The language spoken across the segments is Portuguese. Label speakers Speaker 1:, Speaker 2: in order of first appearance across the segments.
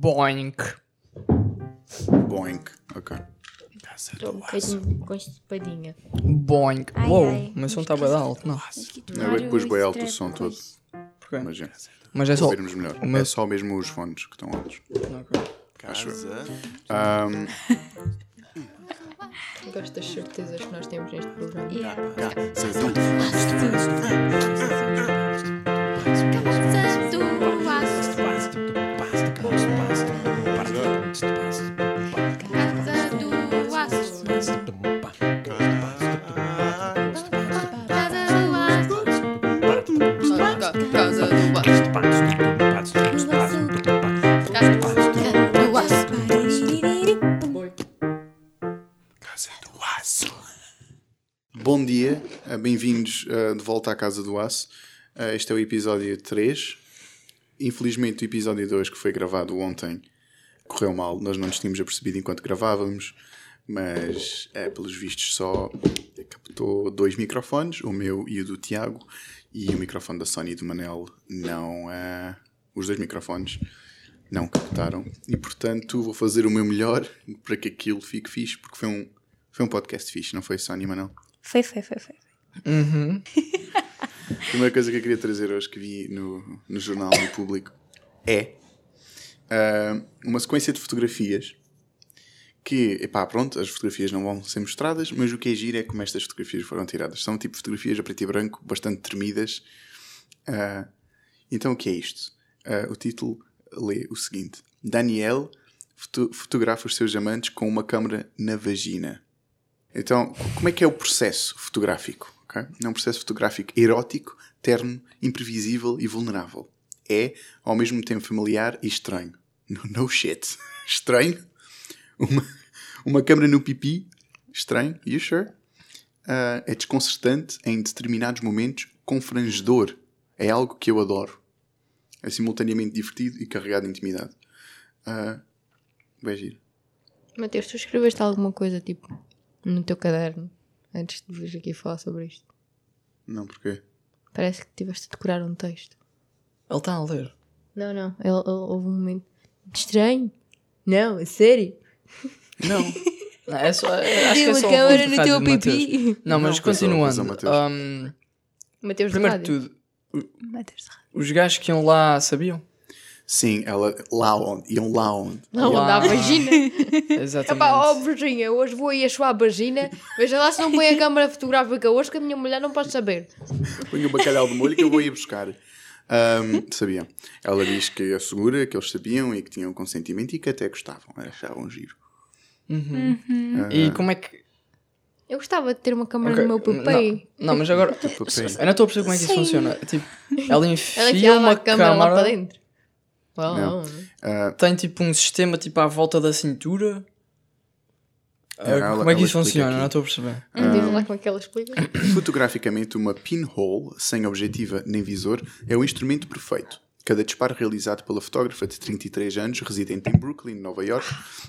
Speaker 1: Boink.
Speaker 2: Boink. Ok. é
Speaker 1: Cacete,
Speaker 3: Estou um bocadinho constipadinha.
Speaker 1: Boink.
Speaker 3: Ai,
Speaker 1: Uou,
Speaker 3: ai,
Speaker 1: mas não está bem alto, não.
Speaker 3: Mas que
Speaker 2: Eu é que pus
Speaker 3: tomar
Speaker 2: bem
Speaker 3: o
Speaker 2: alto o som
Speaker 3: strap,
Speaker 2: todo.
Speaker 3: pois.
Speaker 1: Porquê?
Speaker 2: Imagina.
Speaker 1: Mas é só.
Speaker 2: Ouvirmos melhor.
Speaker 1: O meu-
Speaker 2: É só mesmo os fones que estão altos.
Speaker 1: Ok.
Speaker 2: Acho eu.
Speaker 4: Casa.
Speaker 2: Ahm,
Speaker 3: Gosto das certezas que nós temos neste programa.
Speaker 4: Casa.
Speaker 2: Bom dia, eh, bem-vindos eh, de volta à Casa do Aço. Eh, este é o episódio 3. Infelizmente, o episódio 2, que foi gravado ontem, correu mal. Nós não nos tínhamos apercebido enquanto gravávamos, mas eh, pelos vistos só eh, captou dois microfones, o meu e o do Tiago, e o microfone da Sony e do Manel não. eh, os dois microfones não captaram. E portanto, vou fazer o meu melhor para que aquilo fique fixe, porque foi um, foi um podcast fixe, não foi, Sony e Manel?
Speaker 5: Foi, foi, foi, foi.
Speaker 2: primeira coisa que eu queria trazer hoje que vi no, no jornal do público é ah, uma sequência de fotografias que, epá, pronto, as fotografias não vão ser mostradas, mas o que é giro é como estas fotografias foram tiradas. São tipo fotografias a preto e branco, bastante tremidas. Ah, então o que é isto? Ah, o título lê o seguinte: Daniel foto- fotografa os seus amantes com uma câmera na vagina. Então, co- como é que é o processo fotográfico? ok? É um processo fotográfico erótico, terno, imprevisível e vulnerável. É, ao mesmo tempo, familiar e estranho. No, no shit. Estranho? Uma, uma câmera no pipi? Estranho? You sure? Ah, é desconcertante em determinados momentos, confrangedor. É algo que eu adoro. É simultaneamente divertido e carregado de intimidade. Ah, vai giro.
Speaker 3: Mateus, tu escreveste alguma coisa tipo no teu caderno antes de vir aqui falar sobre isto?
Speaker 2: Não, porquê?
Speaker 3: Parece que tiveste a decorar um texto.
Speaker 1: Ele está a ler.
Speaker 3: Não, não. ele- ele- houve um momento. Estranho? Não, é sério?
Speaker 2: Não.
Speaker 1: Não, é só. é- Acho que
Speaker 3: Deu
Speaker 1: é
Speaker 3: uma
Speaker 1: só
Speaker 3: câmera
Speaker 1: um
Speaker 3: no
Speaker 1: rádio
Speaker 3: teu
Speaker 1: de Mateus.
Speaker 3: pipi.
Speaker 1: Não, mas
Speaker 2: Não,
Speaker 1: continuando.
Speaker 2: pessoal, pessoal,
Speaker 1: hum,
Speaker 3: Mateus, de
Speaker 1: primeiro de
Speaker 3: rádio.
Speaker 1: tudo,
Speaker 5: Mateus de rádio.
Speaker 1: os gajos que iam lá sabiam?
Speaker 2: Sim, ela lá onde, iam lá onde.
Speaker 3: Não,
Speaker 1: Uau.
Speaker 3: dá a vagina.
Speaker 1: Exatamente.
Speaker 3: Epá, ó Virgínia, hoje vou aí a sua vagina. Veja lá se não põe a câmara fotográfica hoje que a minha mulher não pode saber.
Speaker 2: Põe o bacalhau de molho que eu vou ir buscar. Ahm, sabiam. Ela diz que assegura que eles sabiam e que tinham consentimento e que até gostavam. Achavam giro.
Speaker 1: Uhum.
Speaker 2: Hum.
Speaker 3: Hum.
Speaker 2: Ah,
Speaker 1: E como é que.
Speaker 3: Eu gostava de ter uma câmara
Speaker 1: Ok,
Speaker 3: no meu papai.
Speaker 1: Não, não, mas agora.
Speaker 2: papel.
Speaker 1: Eu não estou a perceber como é que isso
Speaker 3: Sim.
Speaker 1: funciona. Tipo, ela
Speaker 3: Ela
Speaker 1: enfia
Speaker 3: enfiava
Speaker 1: uma
Speaker 3: a câmara, lá para
Speaker 1: câmara,
Speaker 3: dentro. Uau.
Speaker 2: Não. Ah,
Speaker 1: tem tipo um sistema tipo à volta da cintura. Ah,
Speaker 2: Ela-
Speaker 1: como é que
Speaker 2: ela
Speaker 1: isso
Speaker 2: explica
Speaker 1: funciona?
Speaker 2: aqui. Ah,
Speaker 1: Não estou a perceber.
Speaker 3: Diz lá como é que ela explica.
Speaker 2: Fotograficamente, uma pinhole sem objetiva nem visor é o instrumento perfeito. Cada disparo realizado pela fotógrafa de 33 anos, residente em Brooklyn, Nova York,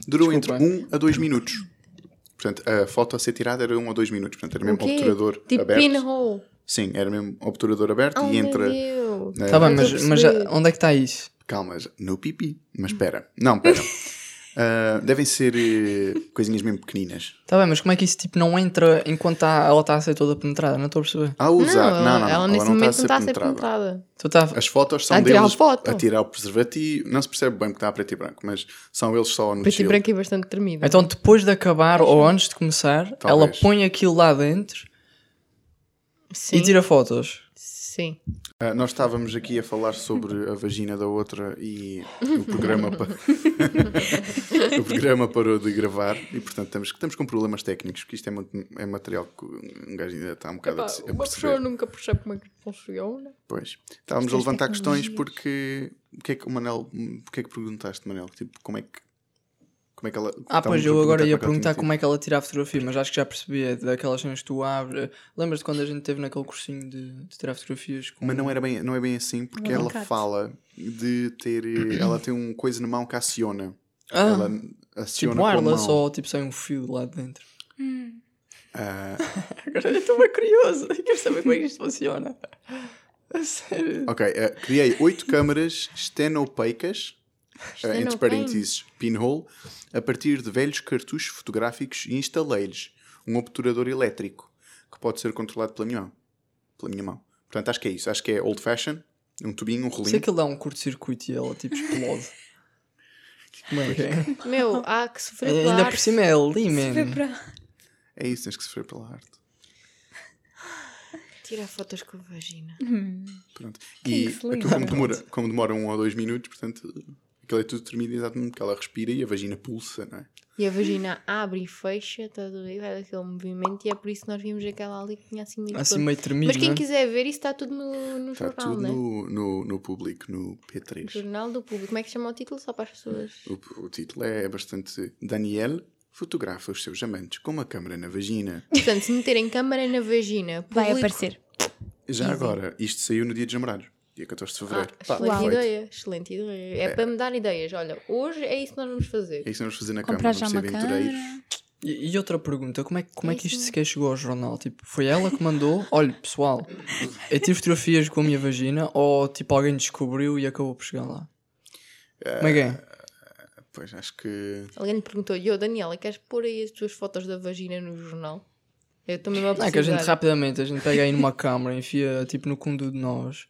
Speaker 2: durou
Speaker 1: Desculpa.
Speaker 2: entre 1 a 2 minutos. Portanto, a foto a ser tirada era 1 a 2 minutos. Portanto, era
Speaker 3: O
Speaker 2: mesmo
Speaker 3: quê?
Speaker 2: obturador
Speaker 3: Tipo
Speaker 2: aberto.
Speaker 3: pinhole.
Speaker 2: Sim, era mesmo obturador aberto
Speaker 3: Oh,
Speaker 2: e
Speaker 3: meu
Speaker 2: entra.
Speaker 3: Deus.
Speaker 1: Está bem,
Speaker 3: não
Speaker 1: mas,
Speaker 3: estou a
Speaker 1: mas
Speaker 3: perceber.
Speaker 1: ah, onde é que está isso?
Speaker 2: Calma, já- no pipi. Mas espera. Não, espera. Ah, devem ser eh, coisinhas mesmo pequeninas.
Speaker 1: Está bem, mas como é que isso tipo não entra enquanto tá- ela está a ser toda penetrada? Não estou a perceber.
Speaker 2: A Ah, usar. Não, não, não.
Speaker 3: ela nesse
Speaker 2: não
Speaker 3: momento tá
Speaker 2: está a ser penetrada.
Speaker 3: pintada.
Speaker 1: Tu tá...
Speaker 2: As fotos são
Speaker 3: Está a tirar
Speaker 2: deles
Speaker 3: foto.
Speaker 2: a tirar o preservativo. Não se percebe bem porque está a preto e branco, mas são eles só no
Speaker 3: Preto e
Speaker 2: chill.
Speaker 3: branco e bastante tremida.
Speaker 1: Então depois de acabar ou antes de começar,
Speaker 2: É. Talvez.
Speaker 1: ela põe aquilo lá dentro
Speaker 3: Sim.
Speaker 1: e tira fotos.
Speaker 3: Sim.
Speaker 2: Ah, nós estávamos aqui a falar sobre a vagina da outra e o programa, pa- o programa parou de gravar e portanto estamos, estamos com problemas técnicos, porque isto é, muito- é material que um gajo ainda está um bocado a, perce- a perceber.
Speaker 3: nunca percebe como é que funciona.
Speaker 2: Pois. Estávamos a
Speaker 3: Estas
Speaker 2: levantar questões
Speaker 3: tecnologias.
Speaker 2: porque. O que é que o Manel. O que é que perguntaste, Manel? Tipo, como é que. Como é que ela.
Speaker 1: Ah, pois
Speaker 2: estávamos
Speaker 1: eu
Speaker 2: a
Speaker 1: agora ia
Speaker 2: qual ela tinha
Speaker 1: perguntar como
Speaker 2: tido.
Speaker 1: é que ela tira a fotografia, mas acho que já percebi é daquelas cenas que tu abres. Lembras-te quando a gente teve naquele cursinho de, de tirar fotografias com.
Speaker 2: Mas não, era bem, não é bem assim porque
Speaker 5: Um
Speaker 2: ela
Speaker 5: alicate.
Speaker 2: fala de ter. eh, Ela tem um coisa na mão que aciona.
Speaker 1: Ah,
Speaker 2: ela aciona
Speaker 1: tipo
Speaker 2: com a
Speaker 1: wireless
Speaker 2: mão.
Speaker 1: ou tipo sem um fio lá de dentro.
Speaker 2: Ah,
Speaker 1: Agora eu estou bem curioso. Eu Quero saber como é que isto funciona. A sério.
Speaker 2: eh, ok, ah, criei oito câmaras estenopeicas
Speaker 3: Isto
Speaker 2: eh,
Speaker 3: eu
Speaker 2: entre
Speaker 3: não
Speaker 2: parênteses, pinhole, a partir de velhos cartuchos fotográficos e instalei-lhes um obturador elétrico que pode ser controlado pela minha mão. Pela minha mão. Portanto, acho que é isso. Acho que é old fashion, um tubinho, um
Speaker 1: Sei
Speaker 2: rolinho.
Speaker 1: que ele dá um curto-circuito e ela tipo explode. Como é que é?
Speaker 3: tenho. Meu, há que sofrer pela
Speaker 1: Ainda por
Speaker 3: arte.
Speaker 1: cima é ali,
Speaker 5: Foi
Speaker 1: man.
Speaker 5: para...
Speaker 2: É isso, tens que sofrer pela arte.
Speaker 1: é-
Speaker 3: Tirar fotos com a vagina.
Speaker 5: Hum.
Speaker 2: Pronto.
Speaker 5: Quem
Speaker 2: E
Speaker 5: é que se liga?
Speaker 2: aquilo como demora, como demora um ou dois minutos, portanto, aquilo é tudo termina exatamente porque ela respira e a vagina pulsa, não é?
Speaker 3: E a vagina abre e fecha, tá estás a ver? Faz aquele movimento e é por isso que nós vimos aquela ali que tinha assim meio.
Speaker 1: Assim
Speaker 3: ponto.
Speaker 1: meio tremido,
Speaker 3: Mas quem
Speaker 1: né?
Speaker 3: quiser ver, isso está tudo no, no
Speaker 2: Está
Speaker 3: jornal,
Speaker 2: Tá tudo
Speaker 3: né?
Speaker 2: no, no, no público, no P3.
Speaker 3: Jornal do Público. Como é que chama o título? Só para as pessoas.
Speaker 2: O, o título é bastante. Daniel fotografa os seus amantes com uma câmera na vagina.
Speaker 3: Portanto, se meterem câmara na vagina,
Speaker 5: Vai
Speaker 3: público-
Speaker 5: aparecer.
Speaker 2: Já agora, isto saiu no dia dos namorados, dia 14 de
Speaker 3: Ah,
Speaker 2: fevereiro. Pá,
Speaker 3: excelente
Speaker 2: perfeito.
Speaker 3: ideia, excelente ideia. É, para me dar ideias. Olha, hoje é isso que nós vamos fazer.
Speaker 2: É isso que vamos fazer na câmara,
Speaker 5: Comprar já
Speaker 2: vamos
Speaker 5: uma
Speaker 2: ser aventureiros.
Speaker 5: câmera.
Speaker 1: E, e outra pergunta, como é, que- como é que
Speaker 3: Isso.
Speaker 1: isto sequer chegou ao jornal? Tipo, foi ela que mandou? Olha, pessoal, eu tive fotografias com a minha vagina ou tipo alguém descobriu e acabou por chegar lá? Como é que é?
Speaker 2: Ah, Pois acho que.
Speaker 3: Alguém lhe perguntou, eu, Daniela, queres pôr aí as tuas fotos da vagina no jornal? Eu também vou
Speaker 1: Não, é que a gente rapidamente, a gente pega aí numa câmara, enfia tipo no cundo de nós,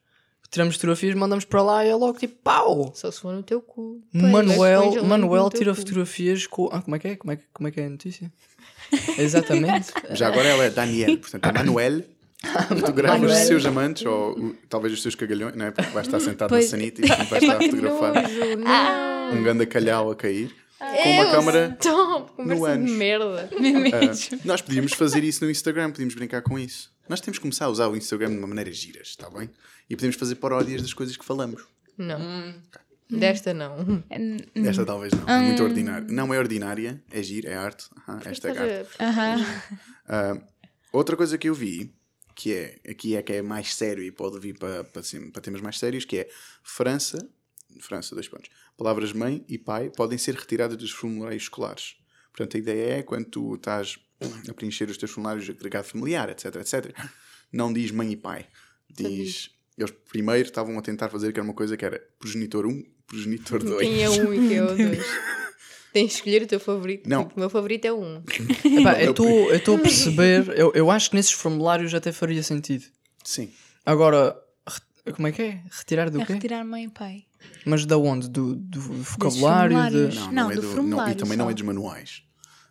Speaker 1: tiramos fotografias, mandamos para lá e é logo tipo pau!
Speaker 3: Só se for no teu cu. Pões
Speaker 1: Manuel,
Speaker 3: ali
Speaker 1: Manuel
Speaker 3: no teu
Speaker 1: tira
Speaker 3: cu.
Speaker 1: fotografias com. Ah, como é que é? Como é que, como é, que é a notícia? Exatamente.
Speaker 2: Já agora ela é Daniel, portanto, a Manuel fotografa os
Speaker 1: Manuel.
Speaker 2: seus amantes ou o- talvez os seus cagalhões, não é? Porque vai estar sentado
Speaker 5: Pois. é
Speaker 2: na sanita e portanto, vai estar a
Speaker 3: Que
Speaker 2: fotografar
Speaker 3: nojo, não.
Speaker 5: Ah.
Speaker 2: um ganda calhau a cair.
Speaker 3: Com
Speaker 2: uma câmara
Speaker 3: Stop, conversa
Speaker 2: ânus.
Speaker 3: de merda.
Speaker 2: Ah, nós podíamos fazer isso no Instagram, podíamos brincar com isso. Nós temos que começar a usar o Instagram de uma maneira giras, está bem? E podemos fazer paródias das coisas que falamos.
Speaker 3: Não, desta não.
Speaker 5: Hum, Ah.
Speaker 2: Esta talvez não, é muito ordinária. Não é ordinária, é gira, é arte. Aham, esta é arte.
Speaker 5: Aham.
Speaker 2: Ah, Outra coisa que eu vi, que é aqui é que é mais sério e pode vir para, para, cima- para temas mais sérios, que é França, França, dois pontos. Palavras mãe e pai podem ser retiradas dos formulários escolares. Portanto, a ideia é quando tu estás a preencher os teus formulários de agregado familiar, etc, etc, não diz mãe e pai. Diz. Eles primeiro estavam a tentar fazer que era uma coisa que era progenitor 1, progenitor
Speaker 5: Ah.
Speaker 2: 2.
Speaker 3: Quem é um e quem é o dois? Tens de escolher o teu favorito.
Speaker 2: Não.
Speaker 3: O meu favorito é o um.
Speaker 1: Epá, eu estou a perceber, eu, eu acho que nesses formulários até faria sentido.
Speaker 2: Sim.
Speaker 1: Agora, re- como é que é? Retirar do
Speaker 5: A
Speaker 1: quê?
Speaker 5: retirar mãe e pai.
Speaker 1: Mas da onde? Do, do vocabulário?
Speaker 5: formulários.
Speaker 1: De...
Speaker 2: Não, não,
Speaker 5: Não,
Speaker 2: é
Speaker 5: do
Speaker 2: do, não, e
Speaker 5: formulário
Speaker 2: também
Speaker 5: só.
Speaker 2: não é dos manuais.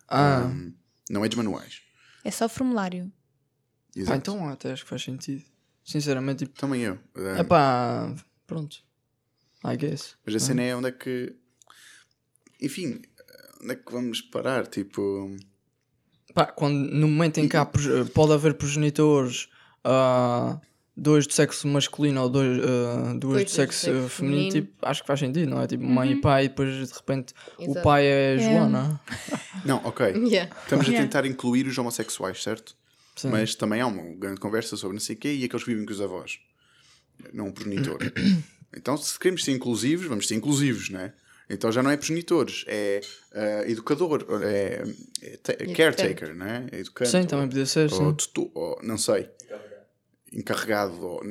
Speaker 1: Ah,
Speaker 2: Hum, não é dos manuais.
Speaker 5: É só formulário.
Speaker 1: pá,
Speaker 2: Exato.
Speaker 1: então até acho que faz sentido. Sinceramente, tipo,
Speaker 2: Também eu. Ah,
Speaker 1: epá, pronto. I guess.
Speaker 2: Mas a cena é onde é que. Enfim, onde é que vamos parar? Tipo.
Speaker 1: Pá, quando, no momento em que há proge- pode haver progenitores, ah, dois do sexo masculino ou dois, ah, duas do sexo, eh, feminino, tipo, acho que faz sentido, não é? Tipo, mãe e pai, e depois de repente o
Speaker 3: Exato.
Speaker 1: pai é João,
Speaker 5: É.
Speaker 1: não é?
Speaker 2: Não, ok.
Speaker 3: Yeah.
Speaker 2: Estamos a
Speaker 5: Yeah.
Speaker 2: tentar incluir os homossexuais, certo?
Speaker 1: Sim.
Speaker 2: Mas também há uma grande conversa sobre não sei o quê e aqueles que vivem com os avós. Não o progenitor. então, se queremos ser inclusivos, vamos ser inclusivos, não é? Então já não é progenitores, é ah, educador, é, é te- caretaker, não é? É educante.
Speaker 1: Sim, também podia ser,
Speaker 2: Ou
Speaker 1: sim.
Speaker 2: tutor, ou não sei. Encarregado, ou,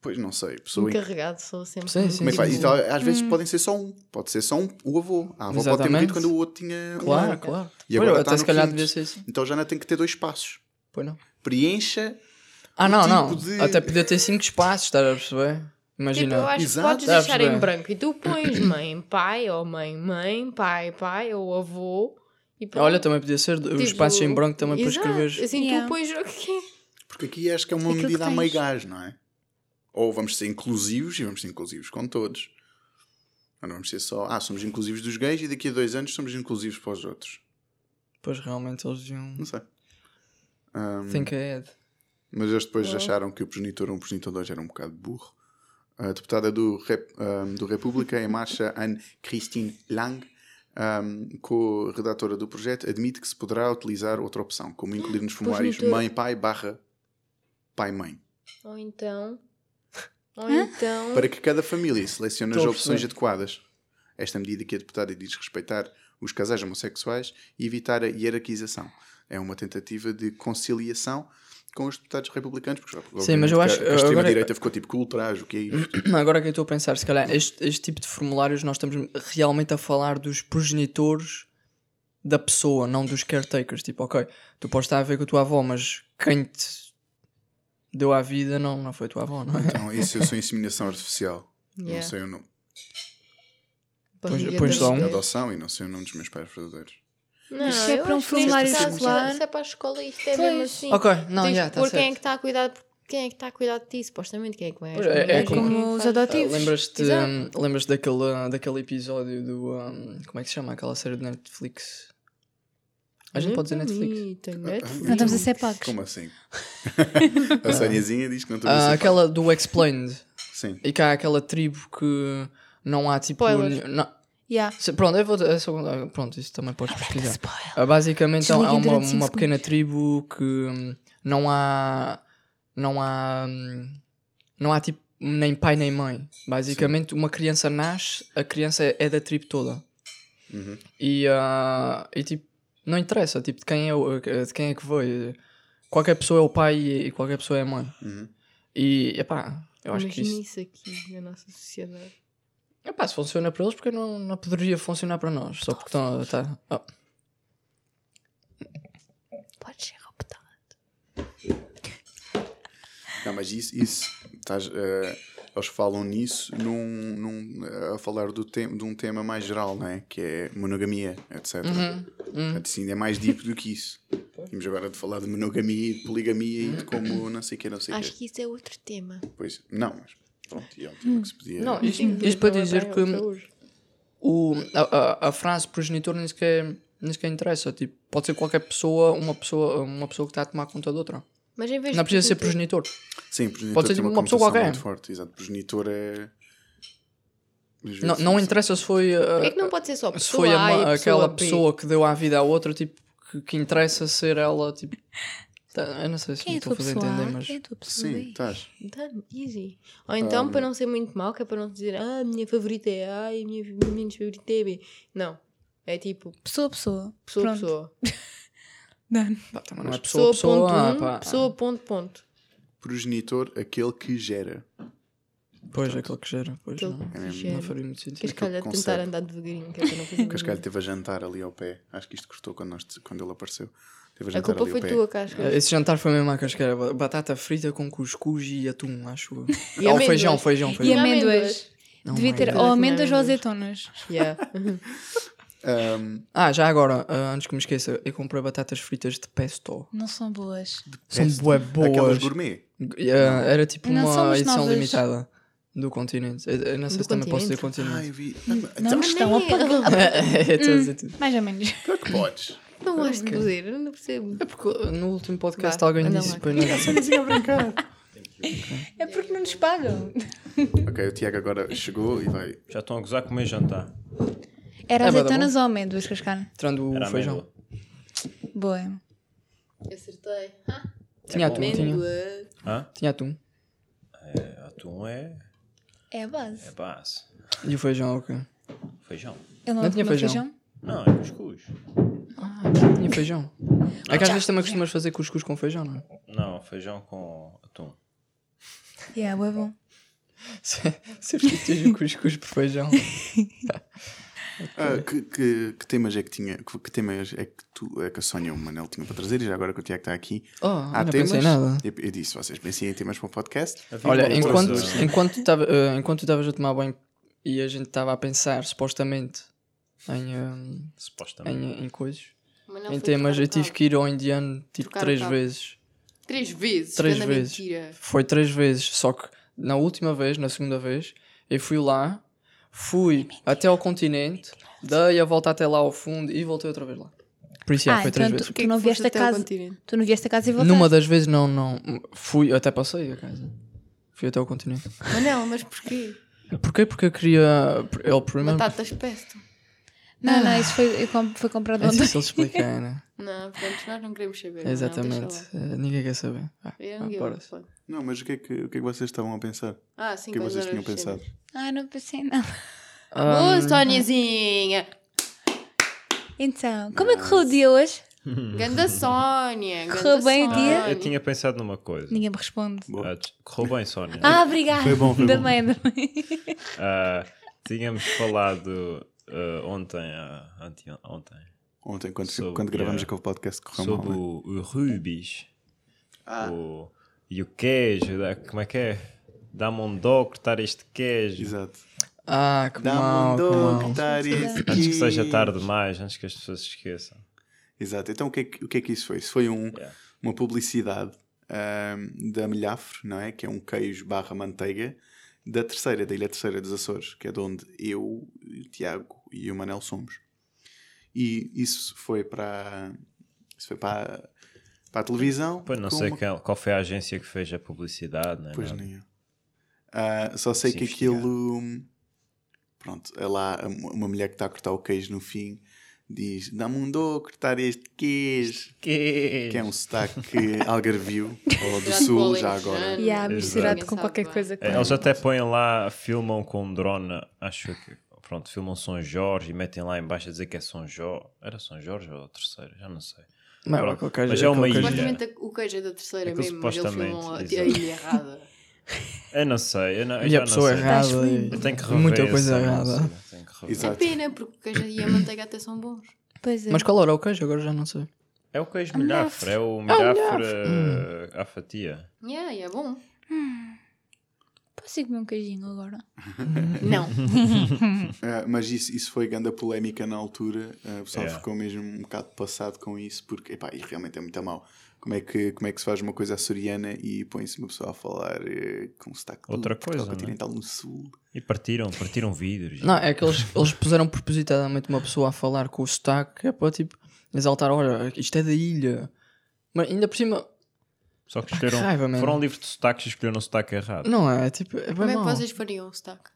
Speaker 2: pois não sei, pessoa encarregada.
Speaker 3: Encarregado sou sempre.
Speaker 1: Sim,
Speaker 3: muito tipo,
Speaker 1: sim,
Speaker 2: Como é que faz?
Speaker 1: Sim.
Speaker 3: difícil.
Speaker 2: E tal, às
Speaker 5: Hum.
Speaker 2: vezes podem ser só um. Pode ser só um, o avô. A avó pode ter
Speaker 1: Exatamente.
Speaker 2: morrido quando o outro tinha. um
Speaker 1: Claro,
Speaker 2: ano.
Speaker 1: claro.
Speaker 2: E
Speaker 1: Pois,
Speaker 2: agora está
Speaker 1: até se
Speaker 2: no
Speaker 1: calhar
Speaker 2: quinto.
Speaker 1: devia ser assim.
Speaker 2: Então já não tem que ter dois espaços.
Speaker 1: Pois não.
Speaker 2: Preencha.
Speaker 1: Ah, não, não.
Speaker 2: tipo de-
Speaker 1: Até podia ter cinco espaços, estás a perceber?
Speaker 3: Tipo, eu
Speaker 1: Imagina.
Speaker 3: acho
Speaker 2: Exato.
Speaker 3: que podes
Speaker 1: Sabes
Speaker 3: deixar
Speaker 1: bem.
Speaker 3: em branco. E tu pões mãe, pai, ou mãe, mãe, pai, pai, ou avô. E pronto.
Speaker 1: Olha, também podia ser os
Speaker 3: Tipo,
Speaker 1: espaços em branco também
Speaker 3: exato.
Speaker 1: para escrever.
Speaker 3: Assim,
Speaker 5: Yeah.
Speaker 3: tu pões o quê?
Speaker 2: Porque aqui acho que é uma
Speaker 5: Aquilo que
Speaker 2: medida a
Speaker 5: tens.
Speaker 2: meio gás, não é? Ou vamos ser inclusivos e vamos ser inclusivos com todos. Ou não vamos ser só. Ah, somos inclusivos dos gays e daqui a dois anos somos inclusivos para os outros.
Speaker 1: Pois realmente eles deviam.
Speaker 2: Não sei.
Speaker 1: Think ahead.
Speaker 2: Mas eles depois acharam que o progenitor 1 e o progenitor 2 era um bocado burro. A deputada do, Rep- ahm, do República em marcha, Anne-Christine Lang, ahm, co-redatora do projeto, admite que se poderá utilizar outra opção, como incluir nos formulários
Speaker 3: Progenitor.
Speaker 2: mãe-pai barra pai-mãe,
Speaker 3: Ou então. Ou então.
Speaker 2: para que cada família selecione as
Speaker 1: Estou a
Speaker 2: opções
Speaker 1: perceber.
Speaker 2: adequadas. Esta medida que é deputada diz respeitar os casais homossexuais e evitar a hierarquização. É uma tentativa de conciliação com os deputados republicanos, porque
Speaker 1: Sim, mas eu acho-
Speaker 2: que a- que a extrema-direita
Speaker 1: agora-
Speaker 2: ficou tipo com ultraje, o que é isto?
Speaker 1: Agora que eu estou a pensar, se calhar este, este tipo de formulários nós estamos realmente a falar dos progenitores da pessoa, não dos caretakers. Tipo, ok, tu podes estar a ver com a tua avó, mas quem te deu à vida não, não foi a tua avó, não é?
Speaker 2: Não, isso Então, eu sou inseminação artificial.
Speaker 3: Yeah.
Speaker 2: Não sei o nome. É
Speaker 1: Pões-
Speaker 3: Barriga
Speaker 1: pões
Speaker 3: da
Speaker 1: lá um.
Speaker 3: mulher.
Speaker 2: Adoção e não sei o nome dos meus pais verdadeiros.
Speaker 3: Não,
Speaker 5: Isto é
Speaker 3: eu
Speaker 5: para um
Speaker 3: acho que neste
Speaker 5: formulário
Speaker 3: caso,
Speaker 5: escolar.
Speaker 3: Isso é para a escola, isto é
Speaker 5: Pois.
Speaker 3: mesmo assim.
Speaker 1: Ok, não,
Speaker 3: Tens
Speaker 1: já,
Speaker 3: de
Speaker 1: tá
Speaker 3: pôr
Speaker 1: certo.
Speaker 3: quem é que está a cuidar, quem é que está a cuidar de ti, supostamente, quem é que vai
Speaker 1: Pois, é- é
Speaker 5: É
Speaker 3: mulheres,
Speaker 1: como-
Speaker 5: como,
Speaker 3: quem que
Speaker 5: os
Speaker 3: faz.
Speaker 1: Ah,
Speaker 5: adotivos.
Speaker 1: Lembras-te
Speaker 3: Exato.
Speaker 1: hum, lembras daquele, ah, daquele episódio do. hum, como é que se chama? Aquela série do Netflix? A gente pode dizer Netflix.
Speaker 3: Tem Netflix.
Speaker 5: É? Não estamos a ser pagos.
Speaker 2: Ah, então, Como assim? a Soniazinha diz que não é estamos a
Speaker 1: Ah,
Speaker 2: ser
Speaker 1: aquela do Explained.
Speaker 2: pagos. Sim.
Speaker 1: E cá há aquela tribo que não há tipo.
Speaker 3: Spoilers.
Speaker 1: nenhum- não-
Speaker 5: Yeah.
Speaker 1: se- pronto, eu vou. é só- ah, pronto, isso também podes pesquisar.
Speaker 5: Spoiler.
Speaker 1: Ah, basicamente há há
Speaker 5: Desliguem
Speaker 1: uma,
Speaker 5: durante cinco
Speaker 1: uma pequena tribo que hum, não há. Não há. hum, Não há tipo nem pai nem mãe. Basicamente, uma criança nasce, a criança é- é da tribo toda.
Speaker 2: Uhum.
Speaker 1: E, ah, e tipo, não interessa tipo, de, quem é, o- de quem é que veio. Qualquer pessoa é o pai e, e qualquer pessoa é a mãe.
Speaker 2: Uhum.
Speaker 1: E epá, eu acho que
Speaker 3: Imagina
Speaker 1: isso.
Speaker 3: isso aqui na nossa sociedade.
Speaker 1: Epá, se funciona para eles, porque não, não poderia funcionar para nós? Só porque estão. Tá, oh,
Speaker 5: Podes ser raptado.
Speaker 2: Não, mas isso, isso estás, eh, eles falam nisso num, num, eh, a falar do tem, de um tema mais geral, não é? Que é monogamia, etc.
Speaker 1: Uhum,
Speaker 2: Portanto, isso ainda é mais deep do que isso. Temos agora de falar de monogamia e de poligamia e de como não sei o que, não sei o
Speaker 3: Acho
Speaker 2: que.
Speaker 3: que isso é outro tema.
Speaker 2: Pois, não, mas pronto, e é um tema que se podia.
Speaker 1: Hum. Não, isto, isto para dizer
Speaker 3: é
Speaker 1: que o, a, a, a frase progenitor nem sequer, nem sequer interessa. Tipo, pode ser qualquer pessoa, uma pessoa, uma pessoa que está a tomar conta de outra.
Speaker 3: Mas em vez
Speaker 1: Não
Speaker 3: de
Speaker 1: precisa ser
Speaker 3: perguntar-
Speaker 1: progenitor.
Speaker 2: Sim, progenitor
Speaker 1: Pode ser
Speaker 2: tem
Speaker 1: tipo uma pessoa
Speaker 2: conotação
Speaker 1: qualquer.
Speaker 2: Muito forte, exato. Progenitor é. às
Speaker 1: Não,
Speaker 2: vezes,
Speaker 1: não interessa se foi. ah,
Speaker 3: É que não pode ser só pessoa
Speaker 1: se foi a
Speaker 3: A e
Speaker 1: ma- aquela
Speaker 3: B.
Speaker 1: pessoa que deu a vida à outra, tipo, que, que interessa ser ela, tipo. tá, Eu não sei se
Speaker 5: Quem
Speaker 1: me
Speaker 5: é a
Speaker 1: estou
Speaker 5: tua
Speaker 1: a fazer
Speaker 5: pessoa?
Speaker 1: entender,
Speaker 5: A?
Speaker 1: mas.
Speaker 5: Quem é a tua pessoa?
Speaker 2: Sim, tá.
Speaker 5: B?
Speaker 2: estás.
Speaker 3: Done, easy.
Speaker 1: Ah,
Speaker 3: Ou então, para não ser muito mal, que é para não dizer ah, a minha favorita é A e a minha menos favorita é B. Não. É tipo,
Speaker 5: Pessoa, pessoa.
Speaker 3: pessoa,
Speaker 5: Pronto.
Speaker 3: pessoa.
Speaker 5: Done.
Speaker 1: Pá, também não é pessoa,
Speaker 3: Pessoa,
Speaker 1: pessoa.
Speaker 3: ponto,
Speaker 1: ah,
Speaker 3: um,
Speaker 1: pá.
Speaker 3: pessoa ponto, ponto.
Speaker 2: Progenitor, aquele que gera.
Speaker 1: Pois, aquele que gera. Pois,
Speaker 3: Aquele
Speaker 1: não,
Speaker 3: que gera.
Speaker 1: não faria muito sentido.
Speaker 3: Queres que olha,
Speaker 2: conceito.
Speaker 3: tentar andar devagarinho, que é para não fazer
Speaker 2: Cascalho
Speaker 3: barulho.
Speaker 2: teve a jantar ali ao pé. Acho que isto cortou quando, nós, quando ele apareceu. Teve a
Speaker 3: A
Speaker 2: jantar
Speaker 3: culpa
Speaker 2: ali ao
Speaker 3: foi
Speaker 2: pé.
Speaker 3: tua, Casca.
Speaker 1: Eh, Esse jantar foi mesmo à casqueira. ba- Batata frita com cuscuz e atum, acho. eu.
Speaker 3: E
Speaker 1: Ou
Speaker 3: amêndoas.
Speaker 1: feijão, feijão,
Speaker 5: E
Speaker 1: feijão.
Speaker 5: amêndoas.
Speaker 1: Não, é
Speaker 5: Devia
Speaker 1: mãe,
Speaker 5: ter
Speaker 1: Deus.
Speaker 5: ou
Speaker 3: Tinha
Speaker 5: amêndoas
Speaker 3: amêndoas.
Speaker 5: ou azeitonas.
Speaker 3: Yeah.
Speaker 2: Ahm,
Speaker 1: Ah, já agora, ah, antes que me esqueça, eu comprei batatas fritas de pesto.
Speaker 5: Não são boas.
Speaker 1: São
Speaker 2: Pesto.
Speaker 1: bué
Speaker 2: aquelas
Speaker 1: boas.
Speaker 2: gourmet.
Speaker 1: Ah, era tipo
Speaker 5: Não são
Speaker 1: uma
Speaker 5: as
Speaker 1: edição
Speaker 5: novas.
Speaker 1: limitada do continente. Eu, eu não sei
Speaker 3: Do
Speaker 1: se também posso dizer
Speaker 2: Ah,
Speaker 1: continente.
Speaker 2: eu vi.
Speaker 5: Não
Speaker 2: Então,
Speaker 1: um
Speaker 5: estão
Speaker 3: nem é.
Speaker 5: apagadas.
Speaker 1: Estou a dizer tudo.
Speaker 5: Mais ou menos.
Speaker 2: claro é que podes.
Speaker 3: Não acho de dizer, eu não percebo.
Speaker 1: É porque no último podcast
Speaker 3: Vá,
Speaker 1: alguém
Speaker 3: anda
Speaker 1: disse
Speaker 3: lá.
Speaker 1: depois não. assim.
Speaker 5: É porque não nos pagam.
Speaker 2: Ok, o Tiago agora chegou e vai.
Speaker 4: Já estão a gozar com o meu jantar.
Speaker 5: Era
Speaker 1: É,
Speaker 5: azeitonas ou amêndoas, Cascano?
Speaker 1: Tirando o
Speaker 4: Era
Speaker 1: feijão.
Speaker 4: amêndoa.
Speaker 5: Boa.
Speaker 3: Acertei.
Speaker 1: Tinha
Speaker 4: bom.
Speaker 1: atum, tinha.
Speaker 4: Hã?
Speaker 1: Tinha atum.
Speaker 4: É, atum é,
Speaker 5: É a base.
Speaker 4: é base.
Speaker 1: E o feijão, ok.
Speaker 4: Feijão.
Speaker 5: Ele não,
Speaker 1: Não tinha
Speaker 5: comeu
Speaker 1: feijão?
Speaker 4: Não, é cuscuz.
Speaker 1: Tinha feijão. É que às vezes também costumas fazer cuscuz com feijão, não é?
Speaker 4: Não, feijão com atum.
Speaker 5: Yeah, bué bom.
Speaker 1: Substituir o cuscuz por feijão.
Speaker 2: Ah, que, que, que temas é que tinha? Que, que temas é que tu, é que a Sónia e o Manel tinham para trazer? E já agora que o Tiago está aqui.
Speaker 1: Oh, não pensei nada.
Speaker 2: Eu, eu disse, vocês pensem em temas para o podcast.
Speaker 4: Havia
Speaker 1: Olha,
Speaker 4: uma
Speaker 1: enquanto
Speaker 4: coisa-
Speaker 1: enquanto estava eh, enquanto estavas a tomar banho e a gente estava a pensar supostamente em, eh,
Speaker 4: Supostamente.
Speaker 1: em, em coisas, em temas, eu tive que ir ao indiano tipo
Speaker 3: Trocar o
Speaker 1: três
Speaker 3: cabo.
Speaker 1: vezes.
Speaker 3: Três vezes.
Speaker 1: Três
Speaker 3: cada
Speaker 1: vezes.
Speaker 3: Mentira.
Speaker 1: Foi três vezes, só que na última vez, na segunda vez, eu fui lá, fui até ao continente, dei a volta até lá ao fundo e voltei outra vez lá. Por isso, é,
Speaker 5: ah,
Speaker 1: foi
Speaker 5: então
Speaker 1: três
Speaker 5: tu,
Speaker 1: vezes.
Speaker 5: tu não
Speaker 3: Foste
Speaker 5: vieste a
Speaker 3: até ao
Speaker 5: casa.
Speaker 3: continente.
Speaker 5: Tu não vieste a casa e voltaste.
Speaker 1: Numa das vezes, não, não. Fui, até passei a casa. Fui até ao continente.
Speaker 3: Mas não, mas porquê?
Speaker 1: Porquê? Porque eu queria. É o primeiro.
Speaker 3: Batatas pesto.
Speaker 5: Não, não, isso foi, eu comp- foi comprado
Speaker 1: É
Speaker 5: ontem.
Speaker 1: difícil de explicar, né?
Speaker 3: Não, portanto, nós não queremos saber. não, Não,
Speaker 1: Exatamente.
Speaker 3: deixa lá.
Speaker 1: Eh, ninguém quer saber. Ah,
Speaker 3: Eu
Speaker 1: ah,
Speaker 3: não
Speaker 1: bora.
Speaker 3: ah,
Speaker 2: Não, mas o que é que, o que, é que vocês estavam a pensar?
Speaker 3: ah,
Speaker 2: O
Speaker 3: sim,
Speaker 2: que é que
Speaker 3: quais
Speaker 2: vocês
Speaker 3: eram
Speaker 2: tinham
Speaker 3: as cenas?
Speaker 2: pensado?
Speaker 5: Ai, não Ah, pensei em nada.
Speaker 1: Ah, hum.
Speaker 3: Boa,
Speaker 5: tá
Speaker 3: Sóniazinha!
Speaker 5: Então, como é que correu o dia hoje?
Speaker 3: Ganda Sónia! ganda
Speaker 5: Correu bem o dia?
Speaker 3: Sónia.
Speaker 4: Eu tinha pensado numa coisa.
Speaker 5: Ninguém me responde.
Speaker 4: Ah, des- correu bem, Sónia.
Speaker 5: Ah, obrigada.
Speaker 2: Foi bom, foi bom.
Speaker 5: Também, também.
Speaker 4: Ah, tínhamos falado ah, ontem, ah, ante- ontem,
Speaker 2: Ontem, quando,
Speaker 4: Sobre,
Speaker 2: quando gravamos
Speaker 4: yeah.
Speaker 2: aquele podcast, correu
Speaker 4: sobre
Speaker 2: mal. Ah, né?
Speaker 4: o, o Rubis
Speaker 5: Ah.
Speaker 4: o, e o queijo. da- como é que é? Dá-me um dó cortar este queijo.
Speaker 2: Exato. um
Speaker 1: Ah, que mal, que mal.
Speaker 5: Antes
Speaker 4: Antes que seja tarde demais, antes que as pessoas se esqueçam.
Speaker 2: Exato. Então o que é que, o que, é que isso foi? Isso foi um,
Speaker 4: Yeah.
Speaker 2: uma publicidade ahm, da Milhafre, não é? Que é um queijo barra manteiga da terceira, da Ilha Terceira dos Açores, que é de onde eu, o Tiago e o Manel somos. E isso foi para, isso foi para, para a televisão.
Speaker 4: Pois não
Speaker 2: com
Speaker 4: sei
Speaker 2: uma-
Speaker 4: qual, qual foi a agência que fez a publicidade, né?
Speaker 2: Pois
Speaker 4: não
Speaker 2: nem eu. Ah, só sei
Speaker 4: Se
Speaker 2: que
Speaker 4: investigar.
Speaker 2: aquilo. Pronto, é lá a- uma mulher que está a cortar o queijo no fim diz: Dá-me um dó a cortar este queijo.
Speaker 4: Queijo.
Speaker 2: Que é um sotaque algarvio ou do
Speaker 3: Já
Speaker 2: sul,
Speaker 3: colei,
Speaker 2: já agora.
Speaker 5: E há
Speaker 4: Exato.
Speaker 5: misturado com
Speaker 3: Ninguém
Speaker 5: qualquer
Speaker 3: sabe
Speaker 5: coisa. que-
Speaker 4: É, Eles até põem lá, filmam com um drone, acho que. Pronto, filmam São Jorge e metem lá em baixo a dizer que é São Jorge. Era São Jorge ou terceiro? Já não sei.
Speaker 1: Não,
Speaker 4: Pronto.
Speaker 1: aquele queijo-
Speaker 4: Mas é uma
Speaker 1: aquele um queijo-
Speaker 4: ilha.
Speaker 3: Supostamente a- o queijo é da terceira
Speaker 4: Aquilo
Speaker 3: mesmo, mas eles
Speaker 4: supostamente,
Speaker 3: filmam a, a
Speaker 4: exato.
Speaker 3: ilha errada.
Speaker 4: Eu não sei. Eu, não, eu
Speaker 1: E
Speaker 4: já
Speaker 1: a pessoa
Speaker 4: não sei.
Speaker 1: errada.
Speaker 5: Estás
Speaker 1: e-
Speaker 4: Eu tenho que rever
Speaker 1: Muita
Speaker 4: essa
Speaker 1: coisa
Speaker 4: análise,
Speaker 1: errada.
Speaker 4: eu tenho que rever.
Speaker 2: Exato.
Speaker 3: É pena, porque o queijo e a manteiga até são bons.
Speaker 5: Pois é.
Speaker 1: Mas qual era o queijo? Agora já não sei.
Speaker 4: É o queijo
Speaker 5: A milhafre.
Speaker 4: milhafre, é o milhafre eh, à fatia.
Speaker 3: Yeah, e é bom.
Speaker 5: Posso ir comer um queijinho agora?
Speaker 3: Não.
Speaker 5: Uhum.
Speaker 2: Ah, mas isso, isso foi grande polémica na altura. Ah, o pessoal
Speaker 4: Yeah.
Speaker 2: ficou mesmo um bocado passado com isso, porque epá, e realmente é muito mau. Como é, que, como é que se faz uma coisa açoriana e põe-se uma pessoa a falar eh, com sotaque do
Speaker 4: Outra
Speaker 2: Portugal
Speaker 4: coisa, não é?
Speaker 2: continental no sul?
Speaker 4: E partiram, partiram vidros.
Speaker 1: Não, é que eles, eles puseram propositadamente uma pessoa a falar com o sotaque que é para tipo exaltar, olha, isto é da ilha. Mas ainda por cima,
Speaker 4: Só que
Speaker 1: Pá, que
Speaker 4: escolheram.
Speaker 1: raiva, mano.
Speaker 4: foram livres de sotaques e escolheram o sotaque errado.
Speaker 1: não é, é tipo, é
Speaker 3: Como
Speaker 1: bem
Speaker 3: é que
Speaker 1: mau.
Speaker 3: vocês fariam o sotaque?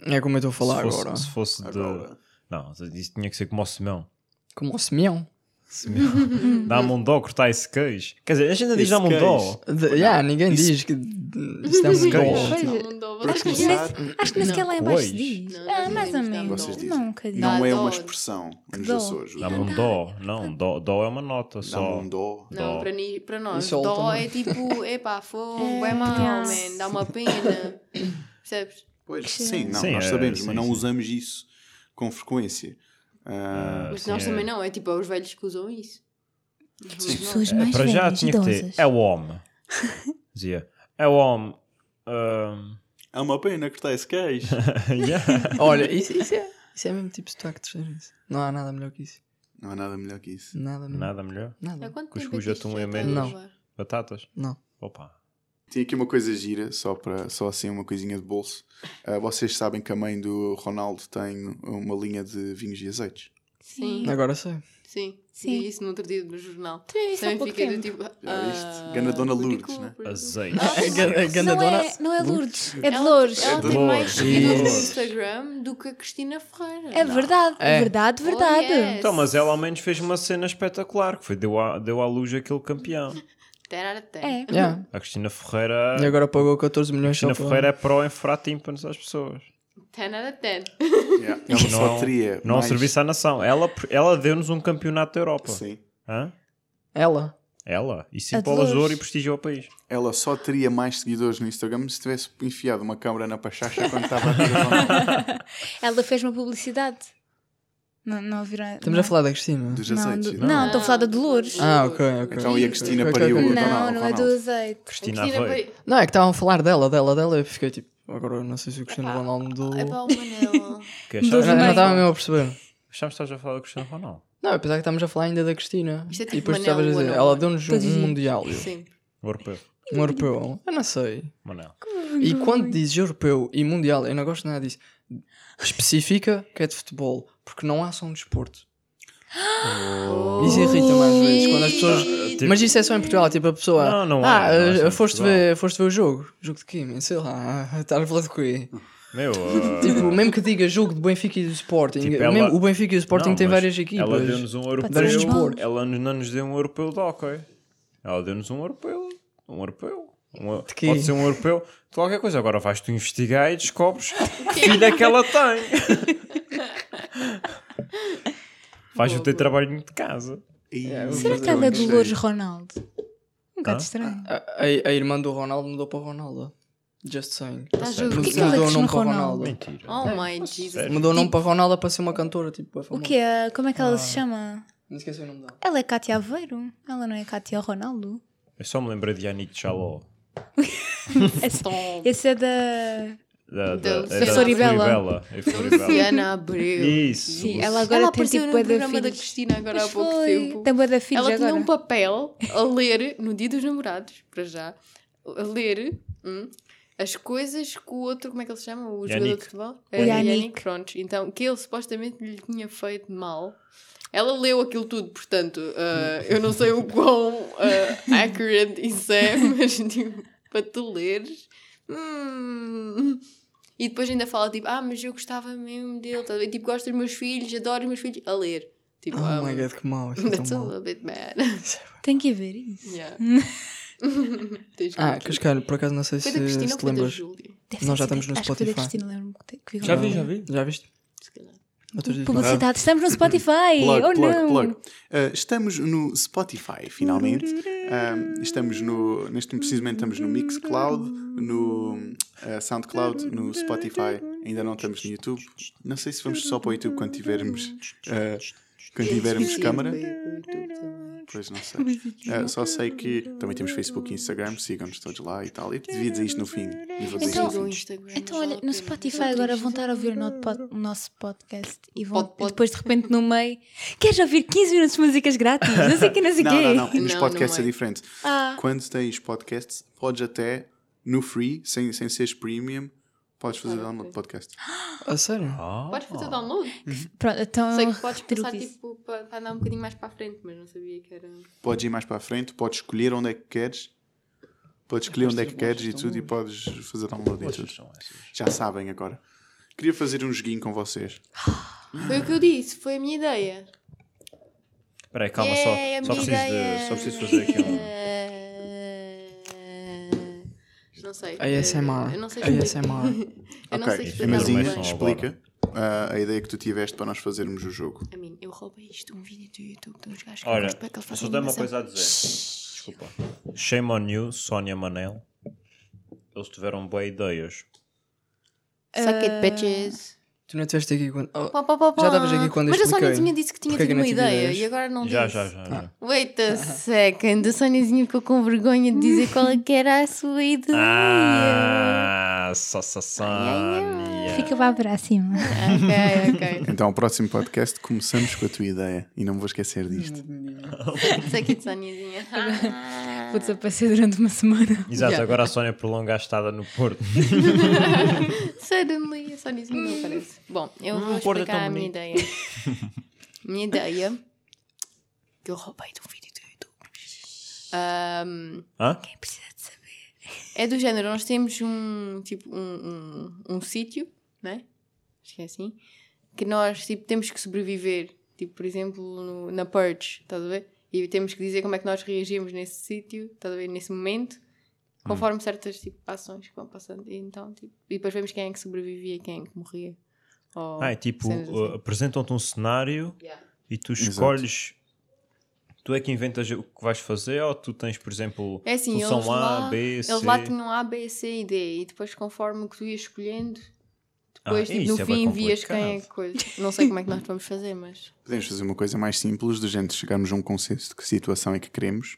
Speaker 1: É como eu estou a falar
Speaker 4: se fosse,
Speaker 1: agora.
Speaker 4: Se fosse de.
Speaker 2: Agora.
Speaker 4: Não, isso tinha que ser como o Simão.
Speaker 1: Como o Simeão.
Speaker 5: Uhum.
Speaker 4: Simeão. Dá-me um dó cortar esse queijo. Quer dizer, a gente ainda diz
Speaker 2: Esse
Speaker 4: dá-me um dó.
Speaker 1: De, yeah, ninguém
Speaker 2: isso-
Speaker 1: diz que isso é um
Speaker 4: Sim,
Speaker 1: gol.
Speaker 5: Pois é.
Speaker 3: Não mandou,
Speaker 2: Para
Speaker 3: vocês
Speaker 2: começar,
Speaker 5: Acho que nem sequer lá em baixo
Speaker 4: Pois.
Speaker 5: diz.
Speaker 3: Não,
Speaker 5: ah,
Speaker 3: nós
Speaker 5: mais ou
Speaker 3: dizemos dar
Speaker 5: menos.
Speaker 2: vocês dizem.
Speaker 5: Não, um bocadinho.
Speaker 2: não é
Speaker 3: dó.
Speaker 2: uma expressão nos
Speaker 5: Dó.
Speaker 2: Açores.
Speaker 4: Dá-me um dó. Não, dó, dó é uma nota
Speaker 2: Dá-me
Speaker 4: só.
Speaker 2: um dó.
Speaker 3: Não,
Speaker 4: Dó.
Speaker 3: para, ni, para nós,
Speaker 1: E solta,
Speaker 3: dó
Speaker 1: não é?
Speaker 3: é tipo, epá, fogo,
Speaker 5: É,
Speaker 3: é, mau,
Speaker 5: yeah.
Speaker 3: man, dá uma pena. Percebes?
Speaker 2: Pois,
Speaker 5: Sim.
Speaker 2: sim, não,
Speaker 4: Sim,
Speaker 2: nós
Speaker 4: é,
Speaker 2: sabemos,
Speaker 4: sim,
Speaker 2: mas não
Speaker 4: sim.
Speaker 2: usamos isso com frequência. Ah,
Speaker 3: Mas
Speaker 4: Assim,
Speaker 3: nós
Speaker 4: é-
Speaker 3: também não, é tipo, é os velhos que usam isso.
Speaker 5: As
Speaker 3: Mas
Speaker 5: pessoas
Speaker 4: É,
Speaker 5: mais
Speaker 4: para já
Speaker 5: velhas,
Speaker 4: tinha que ter.
Speaker 5: idosas.
Speaker 4: É o homem. Dizia. É o homem. Ahm,
Speaker 2: é uma pena cortar esse queijo.
Speaker 4: yeah.
Speaker 1: Olha, isso, isso é, isso é mesmo tipo sotaque de terceirense. Não há nada melhor que isso.
Speaker 2: não há nada melhor que isso.
Speaker 1: Nada melhor.
Speaker 4: Nada melhor.
Speaker 3: Há
Speaker 1: Nada.
Speaker 3: quanto
Speaker 4: Cuscuz,
Speaker 3: tempo é que isto
Speaker 4: atum
Speaker 3: já
Speaker 4: e
Speaker 3: está a
Speaker 4: amêndoas.
Speaker 3: gravar?
Speaker 4: Batatas.
Speaker 1: Não.
Speaker 4: Opa.
Speaker 2: Tinha aqui uma coisa gira, só, para, só assim uma coisinha de bolso. Ah, vocês sabem que a mãe do Ronaldo tem uma linha de vinhos e azeites.
Speaker 3: Sim,
Speaker 1: Agora sei.
Speaker 3: sim.
Speaker 5: Sim.
Speaker 3: E isso no outro dia no jornal.
Speaker 5: Sim, isso há
Speaker 3: Também
Speaker 5: pouco
Speaker 3: fiquei do
Speaker 5: tempo.
Speaker 3: tipo.
Speaker 2: Já viste?
Speaker 3: ah,
Speaker 2: É Ganda Dona Lourdes,
Speaker 3: ridículo,
Speaker 2: né?
Speaker 3: ridículo.
Speaker 4: Azeite.
Speaker 5: Não é, não é Lourdes, é de Lourdes.
Speaker 3: Ela
Speaker 2: de
Speaker 3: tem mais
Speaker 4: Lourdes.
Speaker 3: seguidores no
Speaker 4: Lourdes.
Speaker 3: Instagram do que a Cristina Ferreira.
Speaker 5: É verdade,
Speaker 1: É.
Speaker 5: verdade, verdade.
Speaker 3: Oh, yes.
Speaker 4: Então, mas ela ao menos fez uma cena espetacular, que foi deu à, deu à luz aquele campeão.
Speaker 3: Tarará-tá.
Speaker 5: É.
Speaker 1: Yeah.
Speaker 4: A Cristina Ferreira.
Speaker 1: E
Speaker 4: A
Speaker 1: agora pagou 14 milhões só
Speaker 4: Cristina
Speaker 1: para-
Speaker 4: Ferreira é pró em furar tímpanos às pessoas.
Speaker 3: Tarará-tá.
Speaker 2: Yeah. Ela só
Speaker 4: Não- é um-
Speaker 2: teria.
Speaker 4: Não
Speaker 2: mais...
Speaker 4: ao serviço à nação. Ela, ela deu-nos um campeonato da Europa.
Speaker 2: Sim.
Speaker 4: Hã? é
Speaker 1: Ela.
Speaker 4: Ela. E
Speaker 5: A
Speaker 4: sim bolas de
Speaker 5: Dolores.
Speaker 4: ouro e prestigiou o país.
Speaker 2: Ela só teria mais seguidores no Instagram se tivesse enfiado uma câmara na pachacha quando estava a ter o Ronaldo
Speaker 5: Ela fez uma publicidade. Não, não ouviram?
Speaker 1: Estamos
Speaker 5: não.
Speaker 1: a falar da Cristina.
Speaker 2: dos
Speaker 5: Não,
Speaker 2: azeites.
Speaker 5: do-
Speaker 4: não.
Speaker 5: não, estou a falar da Dolores.
Speaker 1: Ah, ok, ok.
Speaker 2: Então, e a Cristina
Speaker 1: Ok, ok,
Speaker 2: pariu
Speaker 1: ok.
Speaker 2: o
Speaker 5: Não,
Speaker 2: Ronaldo,
Speaker 5: não é do
Speaker 2: Ronaldo.
Speaker 5: azeite.
Speaker 4: Cristina
Speaker 3: Cristina
Speaker 4: Aveiro.
Speaker 3: Ferreira.
Speaker 1: Não, é que estavam a falar dela, dela, dela, e eu fiquei tipo, agora não sei se o Cristiano Ronaldo mudou.
Speaker 3: É
Speaker 1: Eu não-
Speaker 3: pá, o Manel.
Speaker 4: Que
Speaker 1: eu
Speaker 4: achamos,
Speaker 5: Doze-
Speaker 1: não
Speaker 5: Também.
Speaker 1: estava mesmo a perceber.
Speaker 4: achamos que estás a falar do Cristiano Ronaldo.
Speaker 1: Não, apesar que estamos a falar ainda da Cristina.
Speaker 3: Isto é tipo
Speaker 1: e depois tu
Speaker 3: Manel,
Speaker 1: estavas a dizer,
Speaker 3: Manel.
Speaker 1: ela deu-nos um
Speaker 5: Todos os-
Speaker 1: mundial,
Speaker 3: Sim.
Speaker 4: O europeu.
Speaker 1: um europeu. Eu não sei.
Speaker 4: Manel.
Speaker 1: E quando dizes europeu e mundial, eu não gosto nada disso. Especifica que é de futebol, porque não há só um desporto. Isso irrita-me às vezes quando as pessoas.
Speaker 4: Tipo-
Speaker 1: Oh. Mas isso é só em Portugal, tipo a pessoa.
Speaker 4: Não, não há,
Speaker 1: ah,
Speaker 4: não há só em
Speaker 1: foste,
Speaker 4: Portugal."
Speaker 1: ver, foste ver o jogo. Jogo de quê? man? Sei lá, ah, estás a falar de quê?
Speaker 4: Meu. ah,
Speaker 1: Tipo, mesmo que diga jogo de Benfica e do Sporting,
Speaker 4: Tipo, ela-
Speaker 1: mesmo o Benfica e o Sporting
Speaker 4: Não,
Speaker 1: tem
Speaker 4: mas
Speaker 1: várias
Speaker 4: Ela
Speaker 1: equipas.
Speaker 4: deu-nos um
Speaker 5: Para
Speaker 4: europeu.
Speaker 5: desporto.
Speaker 4: Ela não nos deu um europeu de ok. Ela deu-nos um europeu. Um europeu. Um-
Speaker 1: De quê?
Speaker 4: pode ser um europeu, de qualquer coisa. Agora vais tu investigar e descobres que filho é que ela tem. Vais o teu
Speaker 3: Boa.
Speaker 4: trabalhinho de casa.
Speaker 2: E-
Speaker 1: É,
Speaker 5: Será que
Speaker 1: Eu
Speaker 2: um
Speaker 5: ela é
Speaker 1: não
Speaker 5: Dolores Ronaldo? Um bocado
Speaker 4: Ah?
Speaker 5: estranho.
Speaker 1: A, a, a irmã do Ronaldo mudou para Ronaldo. Just saying.
Speaker 3: Estás a
Speaker 4: Por
Speaker 1: Mudou
Speaker 4: que que
Speaker 5: ela
Speaker 1: mudou
Speaker 5: diz
Speaker 1: o nome
Speaker 5: no
Speaker 1: para
Speaker 5: Ronaldo?
Speaker 1: Ronaldo.
Speaker 4: Mentira.
Speaker 3: Tá Oh my Jesus.
Speaker 4: Sério?
Speaker 1: Mudou o nome para Ronaldo para ser uma cantora, tipo, é
Speaker 5: O
Speaker 1: famosa.
Speaker 5: que é? Como é que ela se chama?
Speaker 1: Não esqueci o nome dela.
Speaker 5: Ela é Cátia Aveiro? Ela não é Cátia Ronaldo?
Speaker 4: Eu só me lembrei de Yannick Chaló.
Speaker 5: Esse,
Speaker 3: Tom.
Speaker 5: esse é da.
Speaker 3: Da-
Speaker 4: Da, da,
Speaker 3: da
Speaker 4: da
Speaker 5: Floribela.
Speaker 4: É Floribela.
Speaker 3: Luciana Abreu.
Speaker 4: Isso.
Speaker 5: Sim,
Speaker 4: Luci-
Speaker 5: ela agora
Speaker 3: ela
Speaker 5: tem
Speaker 3: apareceu
Speaker 5: tipo
Speaker 3: no
Speaker 5: bué da
Speaker 3: programa da
Speaker 5: filhos.
Speaker 3: Cristina agora há
Speaker 5: Pois
Speaker 3: pouco
Speaker 5: foi.
Speaker 3: tempo.
Speaker 5: Tem bué da filhos
Speaker 3: Ela
Speaker 5: agora.
Speaker 3: tinha um papel a ler no dia dos namorados, para já, a ler hum, as coisas que o outro, como é que ele se chama? O jogador
Speaker 4: Yannick.
Speaker 3: de futebol?
Speaker 5: O
Speaker 3: Era
Speaker 5: Yannick.
Speaker 3: Pronto, então, que ele supostamente lhe tinha feito mal. Ela leu aquilo tudo, portanto, ah, eu não sei o quão ah, accurate isso é, mas tipo, para tu leres. hum. E depois ainda fala tipo, ah, mas eu gostava mesmo dele, tá a ver? tipo, gosto dos meus filhos, adoro os meus filhos, a ler. Tipo, ah,
Speaker 1: Oh my god, que mau. Isso é
Speaker 3: That's a
Speaker 1: tão mau.
Speaker 3: little bit bad.
Speaker 5: Tem que ir ver isso.
Speaker 3: Yeah. Tens
Speaker 1: Ah,
Speaker 3: que-
Speaker 1: Cascalho, por acaso não sei se
Speaker 3: Foi da Cristina ou
Speaker 1: se
Speaker 3: foi da
Speaker 1: lembras.
Speaker 3: Júlia?
Speaker 1: Nós
Speaker 5: Deve ser assim,
Speaker 1: já estamos no
Speaker 5: Acho que foi da
Speaker 1: Spotify.
Speaker 5: Cristina, lembro-me que que vi
Speaker 4: Já
Speaker 5: um
Speaker 4: vi,
Speaker 5: vídeo.
Speaker 4: já vi.
Speaker 1: Já viste?
Speaker 3: Se calhar.
Speaker 1: Outro dia.
Speaker 5: Publicidade, estamos no Spotify!
Speaker 2: Plug,
Speaker 5: oh
Speaker 2: plug,
Speaker 5: não!
Speaker 2: plug. Ah, estamos no Spotify, finalmente. Ah, estamos no. Neste precisamente estamos no Mixcloud, no ah, Soundcloud, no Spotify. Ainda não estamos no YouTube. Não sei se vamos só para o YouTube quando tivermos. ah, quando tivermos
Speaker 3: Sim,
Speaker 2: câmara.
Speaker 3: foi o YouTube
Speaker 5: Então,
Speaker 3: também.
Speaker 2: Pois não sei. Ah, só sei que também temos Facebook e Instagram, sigam-nos todos lá e tal. Eu devia dizer isto no fim. E vou dizer
Speaker 5: Então-
Speaker 2: isto
Speaker 3: Sigam o
Speaker 2: no fim.
Speaker 3: Instagram,
Speaker 5: Então,
Speaker 3: vale
Speaker 5: olha,
Speaker 3: a
Speaker 5: no
Speaker 3: pena.
Speaker 5: Spotify
Speaker 3: Não
Speaker 5: agora
Speaker 3: tens-
Speaker 5: vão estar a ouvir o no- pod- o nosso podcast e vão
Speaker 3: Pod- pod-
Speaker 5: e depois de repente no meio queres ouvir 15 minutos de músicas grátis? Não sei o que, não sei o
Speaker 2: Não, não, não.
Speaker 5: quê.
Speaker 2: Nos
Speaker 3: Não,
Speaker 2: podcasts
Speaker 3: não
Speaker 2: é
Speaker 3: é.
Speaker 2: diferente.
Speaker 5: Ah,
Speaker 2: Quando tens podcasts, podes até no free, sem, sem seres premium, podes fazer
Speaker 3: Ah,
Speaker 2: download
Speaker 3: ok.
Speaker 2: de podcast.
Speaker 1: A sério?
Speaker 4: Ah.
Speaker 3: Podes fazer download.
Speaker 5: pronto, então
Speaker 3: Sei que podes
Speaker 5: retiro o
Speaker 3: passar
Speaker 5: que disse.
Speaker 3: tipo para para andar um bocadinho mais para a frente, mas não sabia que era.
Speaker 4: Ah.
Speaker 2: Podes ir mais para a frente, podes escolher onde é que queres, podes escolher onde é que queres e tudo, e podes fazer download e
Speaker 4: Pois,
Speaker 2: tudo.
Speaker 4: são essas.
Speaker 2: Já sabem agora. Queria fazer um joguinho com vocês.
Speaker 3: Foi o que eu disse, foi a minha ideia.
Speaker 4: Espera aí, calma, só,
Speaker 3: Yeah,
Speaker 4: só,
Speaker 3: É, a minha
Speaker 4: preciso de,
Speaker 3: ideia. é
Speaker 4: só preciso fazer aqui um...
Speaker 3: Não sei.
Speaker 1: ASMR.
Speaker 3: Eu não sei
Speaker 1: ASMR.
Speaker 3: Eu não sei
Speaker 2: Ok,
Speaker 3: explicar
Speaker 2: mas
Speaker 4: Imagina-
Speaker 3: muito
Speaker 2: Inês,
Speaker 3: bem.
Speaker 2: explica ah, a ideia que tu tiveste para nós fazermos o jogo.
Speaker 3: A mim, eu roubei isto, um vídeo do YouTube de uns gajos que eu
Speaker 4: Olha,
Speaker 3: gosto bem que eles
Speaker 4: só
Speaker 3: fazem
Speaker 4: tenho uma
Speaker 3: animação.
Speaker 4: coisa a dizer. Desculpa. Shame on you, Sónia Manel. Eles tiveram boas ideias.
Speaker 3: Suck it, bitches.
Speaker 1: Tu não estiveste aqui quando. Oh,
Speaker 3: Eh, Pá, pá, pá,
Speaker 1: já estavas
Speaker 3: pá.
Speaker 1: aqui quando eu
Speaker 3: Mas a
Speaker 1: expliquei.
Speaker 3: Soniazinha disse que tinha
Speaker 1: Porque é que
Speaker 3: tido
Speaker 1: eu
Speaker 3: uma
Speaker 1: não tive
Speaker 3: ideia
Speaker 1: ideias?
Speaker 3: e agora não
Speaker 4: Já,
Speaker 3: disse.
Speaker 4: já, já. já.
Speaker 3: Wait a second. A Soniazinha ficou com vergonha de dizer qual é que era a sua ideia.
Speaker 4: Ah, só só Sónia.
Speaker 5: É. Fica para a próxima.
Speaker 4: Ah.
Speaker 3: Ok,
Speaker 2: Então, o próximo podcast, começamos com a tua ideia. E não me vou esquecer disto.
Speaker 3: ok. Suck it, Soniazinha. Ah.
Speaker 5: Vou desaparecer durante uma semana.
Speaker 4: Exato,
Speaker 3: Já.
Speaker 4: agora a Sónia prolonga a estada no Porto.
Speaker 3: Suddenly, a Soniazinha não aparece. Bom, eu vou
Speaker 4: o Porto é
Speaker 3: explicar
Speaker 4: tão
Speaker 3: a minha
Speaker 4: bonito.
Speaker 3: ideia. minha ideia que eu roubei de um vídeo do YouTube. Ahm,
Speaker 4: Hã?
Speaker 5: Quem precisa de saber?
Speaker 3: É do género, nós temos um tipo um, um, um sítio, né? Acho que é assim, que nós tipo, temos que sobreviver, tipo, por exemplo, no- na Purge, estás a ver? E temos que dizer como é que nós reagimos nesse sítio, estás a ver, nesse momento,
Speaker 4: Hum.
Speaker 3: conforme certas tipo, ações que vão passando. E, então, tipo, e depois vemos quem é que sobrevivia, quem é que morria. Ou
Speaker 4: Ah, é tipo,
Speaker 3: cenas assim.
Speaker 4: uh, apresentam-te um cenário
Speaker 3: Yeah.
Speaker 4: e tu
Speaker 2: Exato.
Speaker 4: escolhes. Tu é que inventas o que vais fazer ou tu tens, por exemplo,
Speaker 3: É assim,
Speaker 4: função
Speaker 3: eles
Speaker 4: A,
Speaker 3: lá-
Speaker 4: B, C.
Speaker 3: Eles lá tinham A, B, C e D, e depois conforme o que tu ias escolhendo,
Speaker 4: Ah,
Speaker 3: depois tipo,
Speaker 4: isso
Speaker 3: no
Speaker 4: é bué
Speaker 3: fim vias quem é que
Speaker 4: complicado.
Speaker 3: coisa. Não sei como é que nós vamos fazer, mas.
Speaker 2: Podemos fazer uma coisa mais simples, do gente chegarmos a um consenso de que situação é que queremos,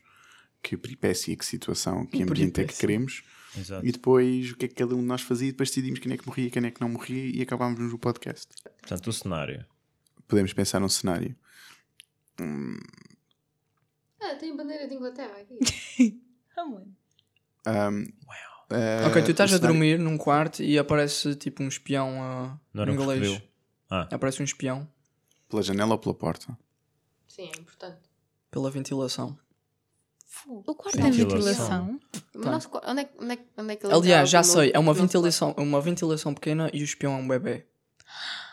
Speaker 2: que peripécia é que situação, que ambiente é que
Speaker 1: peripécia.
Speaker 2: queremos.
Speaker 4: Exato.
Speaker 2: E depois o que é que cada um de nós fazia e depois decidimos quem é que morria, quem é que não morria e acabámos o podcast.
Speaker 4: Portanto, o cenário.
Speaker 2: Podemos pensar num cenário.
Speaker 3: Ah, tem bandeira de Inglaterra aqui.
Speaker 2: Ah,
Speaker 1: ok, tu estás
Speaker 2: o
Speaker 1: a
Speaker 2: cenário-
Speaker 1: dormir num quarto e aparece tipo um espião ah,
Speaker 4: Não era um
Speaker 1: inglês.
Speaker 4: crocodilo. Ah.
Speaker 1: Aparece um espião
Speaker 2: Pela janela ou pela porta?
Speaker 3: Sim, é importante.
Speaker 1: pela ventilação.
Speaker 5: O quarto tem
Speaker 4: Ventilação.
Speaker 5: ventilação.
Speaker 3: Mas
Speaker 1: Tá.
Speaker 3: nós- onde, é, que- onde, é, que- onde é que ele
Speaker 1: Aliás, já
Speaker 3: não-
Speaker 1: sei, é uma
Speaker 3: não se
Speaker 1: ventilação, uma ventilação pequena e o espião é um bebê.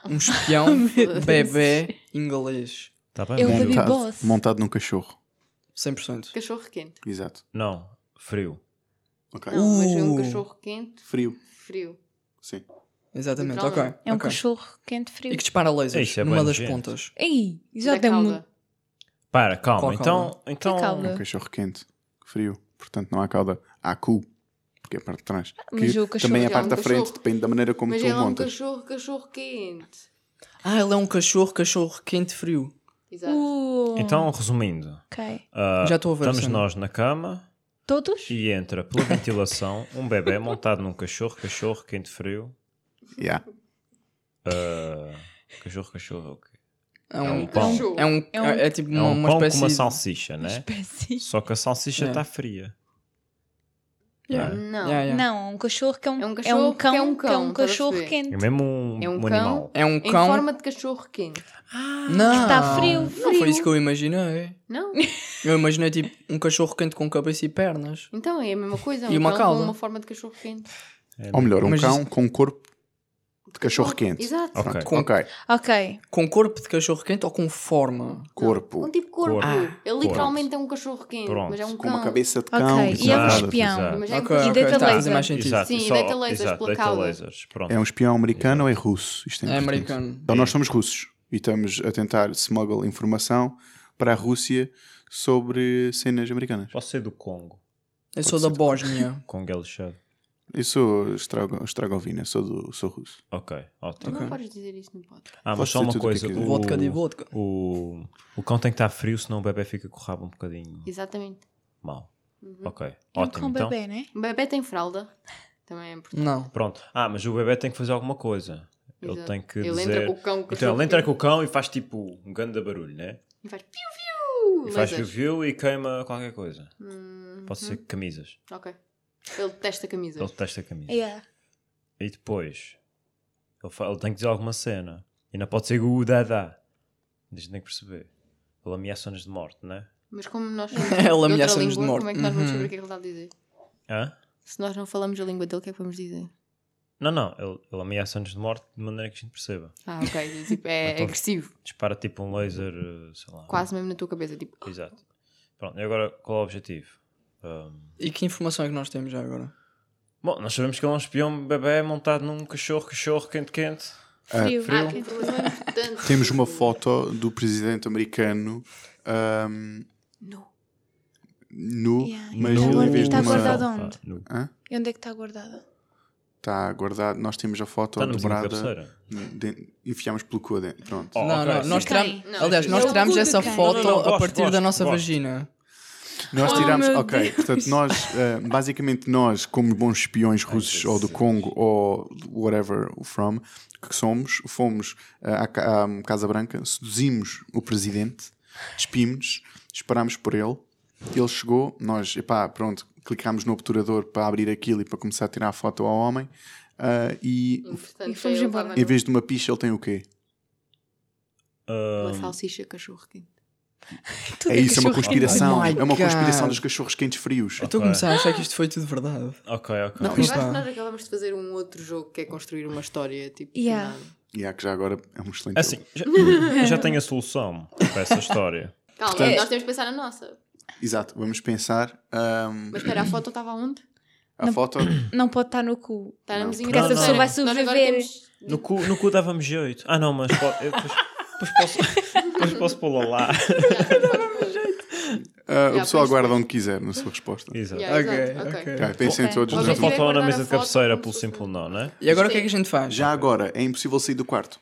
Speaker 1: Um espião bebê inglês.
Speaker 4: Tá bem,
Speaker 5: Eu
Speaker 4: mas
Speaker 5: vou dizer-
Speaker 4: eu-
Speaker 5: Boss.
Speaker 2: montado num cachorro.
Speaker 1: 100%.
Speaker 3: Cachorro quente.
Speaker 2: Exato.
Speaker 4: Não, frio.
Speaker 2: Ok.
Speaker 3: Não, mas é um
Speaker 1: Uh.
Speaker 3: cachorro quente,
Speaker 2: Frio.
Speaker 3: frio.
Speaker 2: Sim.
Speaker 1: Exatamente, ok.
Speaker 5: É um
Speaker 1: ok.
Speaker 5: cachorro quente frio.
Speaker 1: E que dispara lasers
Speaker 4: Isso é
Speaker 1: numa
Speaker 4: bem
Speaker 1: das
Speaker 4: nojento.
Speaker 1: pontas.
Speaker 5: Ei, já um-
Speaker 3: Da
Speaker 5: tem
Speaker 1: um
Speaker 3: cauda.
Speaker 5: muito.
Speaker 4: Para, calma.
Speaker 1: Qual
Speaker 4: então, então.
Speaker 5: Que calda?
Speaker 2: Um cachorro quente. Frio. Portanto, não há cauda. Há cu. Porque é a parte de trás.
Speaker 5: Mas
Speaker 2: Que
Speaker 5: o cachorro
Speaker 2: também é a
Speaker 3: já é
Speaker 2: parte
Speaker 3: um
Speaker 2: da frente.
Speaker 3: cachorro.
Speaker 2: Depende da maneira como
Speaker 3: Mas
Speaker 2: tu
Speaker 3: ele é
Speaker 2: o
Speaker 3: um
Speaker 2: montas.
Speaker 3: cachorro, cachorro quente.
Speaker 1: Ah, ele é um cachorro, cachorro quente frio.
Speaker 3: Exato.
Speaker 5: Uh,
Speaker 4: Então, resumindo,
Speaker 5: Ok.
Speaker 4: ah,
Speaker 1: Já estou a ver a
Speaker 4: estamos
Speaker 1: cena.
Speaker 4: nós na cama
Speaker 5: Todos?
Speaker 4: e entra pela ventilação um bebê montado num cachorro, cachorro quente frio.
Speaker 2: Yeah.
Speaker 4: ah, cachorro, cachorro, ok.
Speaker 1: É
Speaker 4: É
Speaker 1: um,
Speaker 4: um pão.
Speaker 3: cachorro.
Speaker 1: é, um,
Speaker 5: É um-
Speaker 1: é, é tipo
Speaker 4: É
Speaker 1: uma,
Speaker 4: um
Speaker 1: uma
Speaker 4: pão
Speaker 1: espécie.
Speaker 4: com uma
Speaker 1: de-
Speaker 4: salsicha, né?
Speaker 5: Espécie.
Speaker 4: Só que a salsicha
Speaker 1: É.
Speaker 4: está fria.
Speaker 1: Yeah.
Speaker 3: Não.
Speaker 1: Yeah, yeah.
Speaker 5: Não, um cachorro que é um,
Speaker 3: É um
Speaker 5: é
Speaker 3: cachorro
Speaker 5: um
Speaker 3: que é
Speaker 5: cão,
Speaker 3: um
Speaker 5: que é um
Speaker 3: cão, tá a
Speaker 5: cachorro
Speaker 3: perceber?
Speaker 5: quente.
Speaker 4: É mesmo um,
Speaker 3: É um
Speaker 4: um
Speaker 3: cão.
Speaker 4: animal.
Speaker 1: É um
Speaker 3: Em
Speaker 1: cão.
Speaker 3: forma de cachorro quente.
Speaker 1: Não,
Speaker 5: Está frio,
Speaker 1: Não
Speaker 5: frio.
Speaker 1: foi isso que eu imaginei.
Speaker 3: Não?
Speaker 1: Eu imaginei tipo um cachorro quente com cabeça e pernas.
Speaker 3: Então é a mesma coisa.
Speaker 1: E
Speaker 3: um
Speaker 1: uma
Speaker 3: cão
Speaker 1: cauda.
Speaker 3: Com uma forma de cachorro quente.
Speaker 4: É
Speaker 2: Ou melhor, um
Speaker 1: Mas
Speaker 2: cão com corpo de cachorro quente.
Speaker 3: Exato.
Speaker 4: Ok.
Speaker 2: Pronto, ok.
Speaker 5: Ok.
Speaker 1: Com corpo de cachorro quente ou com forma?
Speaker 2: Corpo.
Speaker 3: Um tipo de corpo.
Speaker 4: Corpo.
Speaker 1: Ah,
Speaker 3: ele literalmente é um cachorro quente,
Speaker 4: Pronto.
Speaker 3: mas é um
Speaker 2: Com
Speaker 3: cão.
Speaker 2: uma cabeça de
Speaker 5: Ok,
Speaker 2: cão.
Speaker 5: e é um
Speaker 2: desenhada.
Speaker 5: espião.
Speaker 4: Exato.
Speaker 3: Mas é um
Speaker 1: Ok,
Speaker 3: cão.
Speaker 1: ok, tá,
Speaker 5: deita
Speaker 1: está a fazer
Speaker 5: laser.
Speaker 1: mais sentido.
Speaker 4: Exato,
Speaker 3: Sim,
Speaker 4: e
Speaker 3: e
Speaker 4: só-
Speaker 3: deita lasers
Speaker 4: exato,
Speaker 3: pela
Speaker 4: deita
Speaker 3: cauda.
Speaker 4: lasers. Pronto.
Speaker 2: É um espião americano ou é russo? Isto é,
Speaker 1: É
Speaker 2: importante.
Speaker 1: americano.
Speaker 2: Então nós somos russos e estamos a tentar smuggle informação para a Rússia sobre cenas americanas.
Speaker 4: Posso ser do Congo.
Speaker 1: Eu sou da Bósnia.
Speaker 4: Congo é lixado. Eu
Speaker 2: Eu sou estrago, estragovina, sou, do, sou russo.
Speaker 4: Ok,
Speaker 3: Tu
Speaker 4: ótimo.
Speaker 3: não
Speaker 1: Ok.
Speaker 3: podes dizer isso no podcast.
Speaker 4: Ah, mas
Speaker 2: Posso
Speaker 4: só
Speaker 2: ser
Speaker 4: uma
Speaker 2: tudo o que
Speaker 4: coisa.
Speaker 2: quiser.
Speaker 4: o-
Speaker 1: Vodka de vodka.
Speaker 4: O, o cão tem que estar frio, senão o bebê fica com o rabo um bocadinho
Speaker 3: Exatamente.
Speaker 4: mal.
Speaker 3: Uhum.
Speaker 4: Ok,
Speaker 5: É um
Speaker 4: ótimo.
Speaker 5: cão
Speaker 4: Então,
Speaker 5: bebê, né?
Speaker 3: Um bebê tem fralda. Também é importante.
Speaker 1: Não.
Speaker 4: pronto. Ah, mas o bebê tem que fazer alguma coisa. Ele
Speaker 3: Exato.
Speaker 4: tem que
Speaker 3: Ele
Speaker 4: dizer.
Speaker 3: entra com o cão. com o
Speaker 4: então,
Speaker 3: cachorro
Speaker 4: ele entra
Speaker 3: quente
Speaker 4: com o cão e faz tipo um grande barulho, né?
Speaker 3: E faz piu-piu.
Speaker 4: E faz
Speaker 3: lasers.
Speaker 4: review e queima qualquer coisa.
Speaker 3: é. Hum,
Speaker 4: Pode ser Então. camisas.
Speaker 3: Ok. Ele testa
Speaker 4: Ele
Speaker 3: camisas.
Speaker 4: testa camisas.
Speaker 3: É,
Speaker 5: Yeah.
Speaker 4: E depois ele, fa- ele tem que dizer alguma cena. E não pode ser o dada. A gente tem que perceber. Ele ameaça-nos de morte, né?
Speaker 3: Mas como nós somos
Speaker 1: Ele
Speaker 3: de outra
Speaker 1: ameaça-nos de
Speaker 3: língua,
Speaker 1: morte.
Speaker 3: Como é que nós vamos
Speaker 1: Uhum.
Speaker 3: saber o que é que ele está a dizer?
Speaker 4: Hã?
Speaker 3: Se nós não falamos a língua dele, o que é que vamos dizer?
Speaker 4: Não, não. Ele, ele ameaça-nos de morte de maneira que a gente perceba.
Speaker 3: Ah, ok. Tipo, é
Speaker 4: Então-
Speaker 3: agressivo.
Speaker 4: Dispara tipo um laser, eh, sei lá.
Speaker 3: Quase mesmo na tua cabeça. Tipo,
Speaker 4: Exato. Pronto, e agora qual é o objetivo? Ahm,
Speaker 1: E que informação é que nós temos já agora?
Speaker 4: bom, nós sabemos que ele é um espião bebê montado num cachorro, cachorro quente, quente.
Speaker 5: Frio.
Speaker 3: ah, que informação é importante.
Speaker 2: Temos uma foto do presidente americano ahm,
Speaker 3: Não.
Speaker 2: nu,
Speaker 5: Yeah,
Speaker 2: mas
Speaker 5: Está
Speaker 2: ele
Speaker 5: guarda-
Speaker 2: em vez de
Speaker 5: está
Speaker 2: uma...
Speaker 5: guardado onde?
Speaker 4: Ah, no-
Speaker 2: Hã?
Speaker 5: E onde é que está guardada?
Speaker 2: Está Tá guardado. Nós temos a foto
Speaker 4: Está no vizinho de
Speaker 2: dobrada.
Speaker 4: cabeceira.
Speaker 2: De... Enfiámos pelo cu adentro. Pronto.
Speaker 4: Oh,
Speaker 1: não,
Speaker 4: ok,
Speaker 1: não,
Speaker 4: sim.
Speaker 1: nós
Speaker 5: De
Speaker 1: tiramos.
Speaker 5: quem?
Speaker 3: Não,
Speaker 1: Aliás, nós
Speaker 5: eu-
Speaker 1: tiramos
Speaker 5: de
Speaker 1: essa
Speaker 5: quem?
Speaker 1: foto
Speaker 4: Não, não, não,
Speaker 1: a
Speaker 4: gosto,
Speaker 1: partir
Speaker 4: gosto,
Speaker 1: da nossa
Speaker 4: gosto.
Speaker 1: vagina.
Speaker 2: Nós
Speaker 5: Oh,
Speaker 2: tiramos,
Speaker 5: meu
Speaker 2: ok,
Speaker 5: Deus.
Speaker 2: portanto nós, eh, basicamente nós, como bons espiões russos ou do
Speaker 4: Jesus.
Speaker 2: Congo ou whatever from, que somos, fomos eh, à, ca- à Casa Branca, seduzimos o presidente, despimos, esperámos por ele, ele chegou, nós, epá, pronto, clicámos no obturador para abrir aquilo e para começar a tirar a foto ao homem ah, e
Speaker 3: Portanto,
Speaker 5: E fomos
Speaker 3: é ele
Speaker 5: embora.
Speaker 3: tava
Speaker 2: em vez de uma picha ele tem o quê?
Speaker 4: Ah.
Speaker 3: Uma salsicha cachorro quente.
Speaker 5: Tudo
Speaker 2: é isso, é uma
Speaker 5: cachorro
Speaker 2: conspiração,
Speaker 1: Oh my
Speaker 2: é uma
Speaker 1: God.
Speaker 2: conspiração dos cachorros quentes frios.
Speaker 1: Eu estou a
Speaker 4: Ok.
Speaker 1: começar a achar que isto foi tudo verdade.
Speaker 4: Ok, ok.
Speaker 2: Não, isto
Speaker 3: Eu acho
Speaker 1: Está.
Speaker 3: que nós acabamos de fazer um outro jogo que é construir uma história tipo.
Speaker 5: Yeah.
Speaker 3: do nada.
Speaker 2: e há que já agora é um excelente jogo.
Speaker 4: Assim, já, eu já tenho a solução para essa história.
Speaker 3: Calma,
Speaker 2: Portanto-
Speaker 3: nós temos que pensar na nossa.
Speaker 2: Exato, vamos pensar. ahm,
Speaker 3: Mas espera, a foto estava onde?
Speaker 2: a foto. ah,
Speaker 5: Não pode estar no cu.
Speaker 3: Está na
Speaker 2: Não,
Speaker 3: mesinha
Speaker 5: porque
Speaker 3: da
Speaker 5: essa pessoa
Speaker 3: Susana.
Speaker 5: vai
Speaker 3: Nós agora
Speaker 5: sobreviver.
Speaker 3: temos-
Speaker 4: No cu, no cu dava-me jeito. Ah, não, mas pode, eu depois, depois posso, depois posso pô-la lá.
Speaker 2: Ah, o
Speaker 3: Já,
Speaker 2: pessoal
Speaker 3: pois
Speaker 2: aguarda onde quiser na sua resposta.
Speaker 4: Exato.
Speaker 3: Yeah.
Speaker 1: Ok,
Speaker 3: Exato, ok.
Speaker 1: ok.
Speaker 2: Ok, pensem
Speaker 5: Ok.
Speaker 2: todos.
Speaker 4: Mas
Speaker 2: na
Speaker 4: a
Speaker 3: Objetivo
Speaker 2: foto.
Speaker 3: é
Speaker 4: foto na
Speaker 3: guardar
Speaker 4: mesa
Speaker 3: a
Speaker 4: de
Speaker 3: foto
Speaker 4: cabeceira
Speaker 3: como
Speaker 4: pelo
Speaker 3: se
Speaker 4: simples
Speaker 3: fosse-
Speaker 4: não, né?
Speaker 1: E agora o
Speaker 3: Sim.
Speaker 1: que é que a gente faz?
Speaker 2: Já agora, é impossível sair do quarto.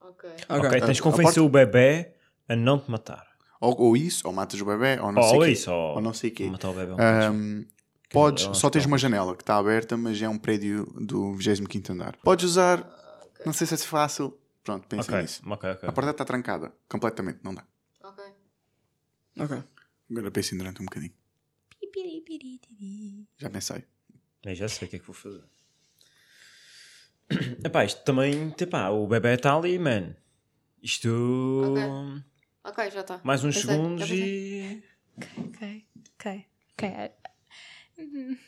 Speaker 3: Ok.
Speaker 1: Ok.
Speaker 4: Ok, tens de
Speaker 2: A
Speaker 4: convencer o bebê a não te matar.
Speaker 2: Ou, ou isso, ou matas o bebê, ou não
Speaker 4: Ou
Speaker 2: sei o quê.
Speaker 4: isso, ou-
Speaker 2: ou não sei o quê.
Speaker 4: Matar o bebê é um
Speaker 2: Ahm, ah, podes,
Speaker 4: eu acho
Speaker 2: só tens
Speaker 4: que é.
Speaker 2: uma janela que está aberta, mas é um prédio do 25 andar. Podes usar, não sei se é fácil. Pronto, pensem
Speaker 4: Ok,
Speaker 2: nisso.
Speaker 4: ok, ok.
Speaker 2: A porta está trancada, completamente, não dá.
Speaker 3: Ok.
Speaker 1: Ok.
Speaker 2: Agora pensem durante um bocadinho. Já pensei.
Speaker 4: Eu já sei o que é que vou fazer. Epá, isto também, epá, o bebê está ali, man. Isto.
Speaker 3: Ok. é, Ok, já está.
Speaker 4: Mais uns
Speaker 3: Pensei, já
Speaker 4: segundos
Speaker 3: pensei.
Speaker 4: e.
Speaker 5: Ok, ok, ok.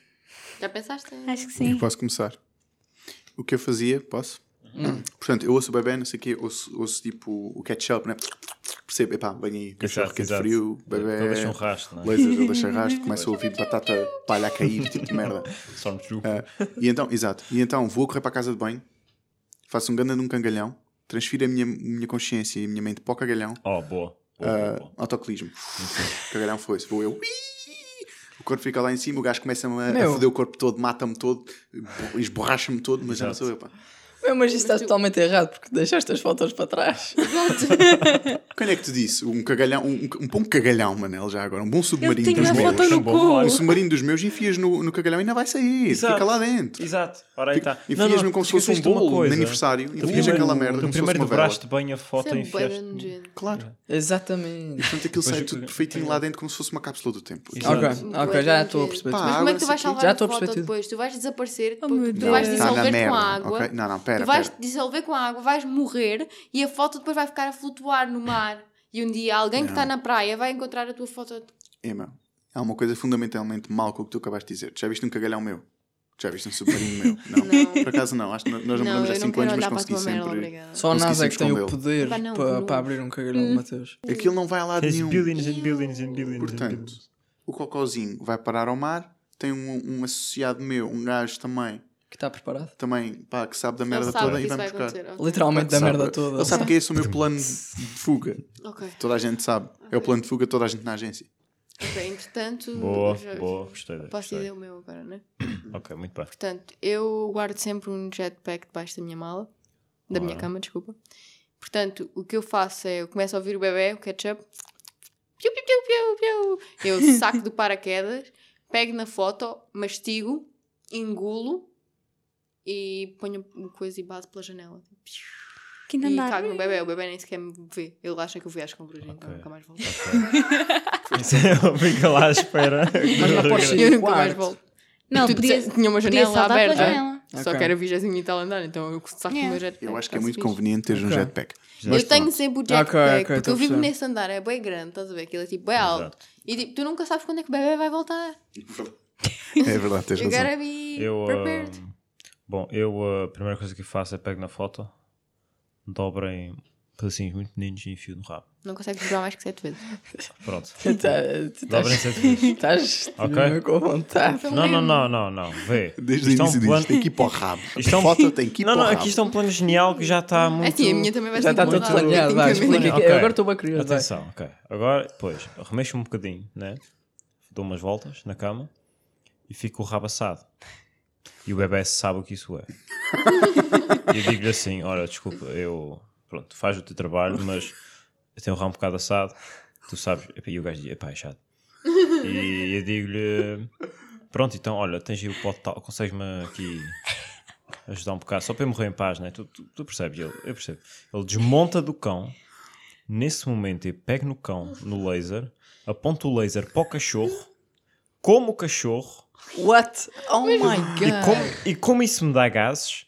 Speaker 3: Já pensaste?
Speaker 5: Acho que
Speaker 2: Eu
Speaker 5: sim.
Speaker 2: posso começar. O que eu
Speaker 4: Hum.
Speaker 2: fazia, posso? Portanto, eu ouço o bebê, não sei o quê, ouço, ouço tipo o ketchup, né? percebe, epá, vem aí, cachorro
Speaker 4: Exato,
Speaker 2: quente
Speaker 4: exato.
Speaker 2: frio, bebê.
Speaker 4: Ele deixa um rastro, não é?
Speaker 2: Lasers, ele deixa rastro, começa a ouvir batata palha a cair, tipo de merda.
Speaker 4: Stormtrooper.
Speaker 2: Ah, e então, exato. E então vou correr para a casa de banho, faço um ganda de um cangalhão, transfiro a minha, minha consciência e a minha mente para o cagalhão,
Speaker 4: Oh, boa. Boa, boa,
Speaker 2: ah,
Speaker 4: boa.
Speaker 2: autocolismo. cagalhão foi-se, vou eu. O corpo fica lá em cima, o gajo começa-me a, a
Speaker 1: Meu.
Speaker 2: foder o corpo todo, mata-me todo, esborracha-me todo, mas já não
Speaker 4: Exato.
Speaker 2: sou eu. Pá.
Speaker 1: Meu, mas isso está totalmente errado porque deixaste as fotos para trás.
Speaker 2: Quando é que tu disse? Um cagalhão, um, um bom cagalhão, Manel, já agora, um bom
Speaker 5: Eu
Speaker 2: submarino
Speaker 5: tenho
Speaker 2: dos
Speaker 5: uma
Speaker 4: meus.
Speaker 5: foto
Speaker 2: meus.
Speaker 5: no
Speaker 4: São bom,
Speaker 2: Um
Speaker 5: cu.
Speaker 2: submarino dos meus enfias no, no cagalhão e ainda vai sair,
Speaker 4: Exato.
Speaker 2: fica lá dentro.
Speaker 4: Exato. Ora aí tá.
Speaker 2: Fica-
Speaker 4: está.
Speaker 2: enfias-me como se fosse um
Speaker 4: esqueceste uma
Speaker 2: bolo de
Speaker 4: coisa.
Speaker 2: aniversário,
Speaker 4: Tu
Speaker 2: enfias
Speaker 4: primeiro-
Speaker 2: aquela merda
Speaker 4: Tu
Speaker 2: como se
Speaker 4: primeiro É.
Speaker 2: fosse uma vela.
Speaker 4: dobraste bem a foto
Speaker 3: Isso
Speaker 4: e um
Speaker 3: é bué da
Speaker 4: enfiaste.
Speaker 3: nojento.
Speaker 2: Claro.
Speaker 1: Exatamente.
Speaker 2: Portanto, aquilo sai
Speaker 4: Mas-
Speaker 2: tudo perfeitinho lá dentro como se fosse uma cápsula do tempo.
Speaker 4: Exato.
Speaker 1: ok,
Speaker 3: Bué
Speaker 1: ok, já
Speaker 3: de
Speaker 1: estou a
Speaker 3: nojento.
Speaker 1: perceber.
Speaker 2: Pá,
Speaker 3: Mas como é que tu vais
Speaker 2: isso aqui-
Speaker 1: Já
Speaker 3: salvar a
Speaker 1: estou a
Speaker 3: foto
Speaker 1: perceber tudo.
Speaker 3: depois? Tu vais desaparecer,
Speaker 5: Oh,
Speaker 3: tu-
Speaker 5: meu
Speaker 3: tu
Speaker 5: Deus.
Speaker 3: vais
Speaker 5: Tá
Speaker 2: Está na
Speaker 3: dissolver com
Speaker 2: merda.
Speaker 3: a água.
Speaker 2: ok? Não, não, pera,
Speaker 3: tu vais
Speaker 2: pera.
Speaker 3: dissolver com a água, vais morrer e a foto depois vai ficar a flutuar no mar. E um dia alguém que está na praia vai encontrar a tua foto.
Speaker 2: Emma, É, há uma coisa fundamentalmente mal com o que tu acabaste de dizer. Tu Já viste um cagalhão meu? Tu Já viste um submarino meu? Não.
Speaker 3: Não.
Speaker 2: Por acaso não, acho que nós não
Speaker 3: Não,
Speaker 2: mudamos há
Speaker 3: eu não
Speaker 2: 5
Speaker 3: quero
Speaker 2: anos, mas
Speaker 3: olhar para a
Speaker 2: consegui
Speaker 3: tua merda,
Speaker 2: sempre.
Speaker 3: obrigada.
Speaker 1: Só a NASA é que tem
Speaker 2: Conseguimos
Speaker 1: o
Speaker 2: com
Speaker 1: poder
Speaker 3: Epá, não,
Speaker 1: para
Speaker 3: não.
Speaker 1: abrir um cagalhão, Mateus.
Speaker 2: Aquilo não vai lá de
Speaker 4: Tens
Speaker 2: nenhum.
Speaker 4: billions and billions and billions. and
Speaker 2: Portanto,
Speaker 4: billions.
Speaker 2: o cocôzinho vai parar ao mar, tem um, um associado meu, um gajo também,
Speaker 1: Que está preparado?
Speaker 2: também pá, que sabe da
Speaker 3: Ele
Speaker 2: merda
Speaker 3: sabe
Speaker 2: toda
Speaker 3: que
Speaker 2: e
Speaker 3: isso vai
Speaker 2: vai-me buscar.
Speaker 3: acontecer. ok.
Speaker 1: Literalmente da
Speaker 2: Sabe-
Speaker 1: merda toda.
Speaker 2: Ele sabe que esse é o meu plano de fuga.
Speaker 3: Ok,
Speaker 2: Toda a gente sabe. É o plano de fuga de toda a gente na agência.
Speaker 3: ok. Entretanto,
Speaker 4: Boa,
Speaker 3: já-
Speaker 4: boa. Gostei.
Speaker 3: Hum, posso
Speaker 4: gostei.
Speaker 3: dizer o meu agora, né?
Speaker 4: Ok, muito bem.
Speaker 3: Portanto, eu guardo sempre um jetpack debaixo da minha mala, da minha
Speaker 4: Ora.
Speaker 3: cama, desculpa. Portanto, o que eu faço é eu começo a ouvir o bebê, o ketchup, piu, piu, piu, piu, piu. eu saco do paraquedas, pego na foto, mastigo, engulo e ponho uma coisa e bato pela janela.
Speaker 5: Quinto
Speaker 3: E
Speaker 5: andar.
Speaker 3: cago no bebê, o bebê nem sequer me vê. Ele acha que eu vi às compras, então
Speaker 4: Ok.
Speaker 3: nunca mais volto.
Speaker 4: Fica lá à espera.
Speaker 1: Mas não podes
Speaker 3: Eu
Speaker 1: sair do
Speaker 3: nunca mais
Speaker 1: quarto.
Speaker 3: volto.
Speaker 5: Não,
Speaker 3: Tu
Speaker 5: podia,
Speaker 3: disse- tinha uma
Speaker 5: podia
Speaker 3: Tipo, janela
Speaker 5: saltar pela
Speaker 3: aberta.
Speaker 5: janela.
Speaker 3: Só
Speaker 1: Ok.
Speaker 3: que era vigiazinho e tal andar, então eu saco
Speaker 5: Yeah.
Speaker 3: o meu jetpack.
Speaker 2: Eu acho que é
Speaker 3: tá-se
Speaker 2: muito
Speaker 3: tá fixe.
Speaker 2: conveniente teres um
Speaker 1: Ok.
Speaker 2: jetpack.
Speaker 3: eu tenho sempre o jetpack,
Speaker 1: Ok, ok,
Speaker 3: porque
Speaker 1: estou
Speaker 3: eu
Speaker 1: a
Speaker 3: vivo
Speaker 1: perceber.
Speaker 3: nesse andar, é bem grande, estás a ver? Aquilo é tipo bem alto.
Speaker 4: Exato.
Speaker 3: E tipo, tu nunca sabes quando é que o bebê vai voltar.
Speaker 2: É verdade, tens
Speaker 3: You
Speaker 2: razão.
Speaker 3: gotta be
Speaker 4: Eu,
Speaker 3: prepared.
Speaker 4: ah, bom, eu ah, a primeira coisa que faço é pego na foto, dobro em pedacinhos muito pequeninos e enfio no rabo.
Speaker 3: Não consegues dobrar mais que sete vezes.
Speaker 4: Pronto.
Speaker 3: Então,
Speaker 1: Tá- tu
Speaker 4: Dobra em
Speaker 1: estás-
Speaker 4: sete vezes.
Speaker 1: Estás
Speaker 4: Ok.
Speaker 1: com vontade.
Speaker 3: um
Speaker 4: Não, não, não, não, não. Vê.
Speaker 2: Desde o
Speaker 4: Isto é um
Speaker 2: início
Speaker 4: plano-
Speaker 2: disso, tem que ir para o rabo.
Speaker 4: Isto é
Speaker 2: A
Speaker 4: um-
Speaker 2: foto tem que ir
Speaker 4: Não,
Speaker 2: para o
Speaker 4: não,
Speaker 2: rabo.
Speaker 4: aqui está um plano genial que já está muito...
Speaker 3: É assim, a minha também vai
Speaker 1: Já
Speaker 3: ser
Speaker 1: está todo
Speaker 3: dobrada,
Speaker 1: planeado. Vá,
Speaker 3: tecnicamente.
Speaker 1: explica aqui.
Speaker 4: Ok.
Speaker 1: Agora estou bem curioso. vai.
Speaker 4: Atenção, ok. Agora, depois, remexo um bocadinho, né? Dou umas voltas na cama e fico com o rabo assado. E o bebê sabe o que isso é. e eu digo-lhe assim: olha, desculpa, eu. Pronto, faz o teu trabalho, mas eu tenho o rabo um bocado assado, tu sabes. E o gajo diz: epá, é chato. E eu digo-lhe: pronto, então, olha, tens aí o pote tal, consegues-me aqui ajudar um bocado, só para eu morrer em paz, né? Tu, tu, tu percebes? Ele, eu percebo. Ele desmonta do cão. Nesse momento, eu pego no cão, no laser, aponto o laser para o cachorro, como o cachorro,
Speaker 1: What? Oh my
Speaker 4: e como,
Speaker 1: god.
Speaker 4: e como isso me dá gases,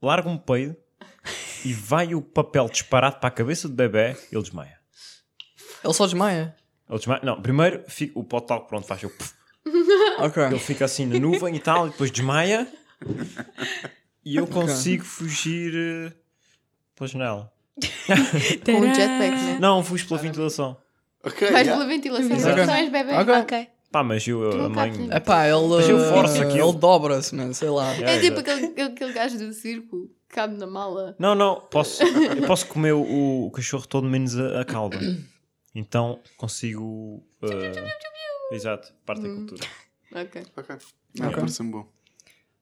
Speaker 4: largo um peido e vai o papel disparado para a cabeça do bebê, ele desmaia.
Speaker 1: Ele só desmaia.
Speaker 4: Ele desmaia. Não, primeiro fica, o pó de talco pronto, faz o puff, ele
Speaker 1: Ok.
Speaker 4: fica assim na nuvem e tal, e depois desmaia e eu consigo fugir eh, pela janela.
Speaker 3: Com um jetpack, né?
Speaker 4: Não, fujo pela ventilação.
Speaker 2: Ok,
Speaker 3: Vais
Speaker 2: já.
Speaker 3: pela ventilação,
Speaker 1: Exato.
Speaker 3: não és bebê.
Speaker 1: Ok.
Speaker 5: Ok.
Speaker 4: Pá, mas eu,
Speaker 3: Tu
Speaker 4: a
Speaker 3: nunca
Speaker 4: mãe.
Speaker 3: aprendes.
Speaker 1: Epá, ele.
Speaker 4: Mas eu forço
Speaker 1: eh,
Speaker 4: aquilo.
Speaker 1: Ele dobra-se, mano. Sei lá.
Speaker 4: Yeah,
Speaker 3: É tipo
Speaker 4: exato.
Speaker 3: aquele, aquele- aquele gajo do circo que cabe na mala.
Speaker 4: Não, não, posso, eu posso comer o, o cachorro todo menos a, a cauda. Então consigo. uh, exato, parte da cultura.
Speaker 3: Ok.
Speaker 2: Ok. Não,
Speaker 1: Ok.
Speaker 2: Ah, Parece-me bom.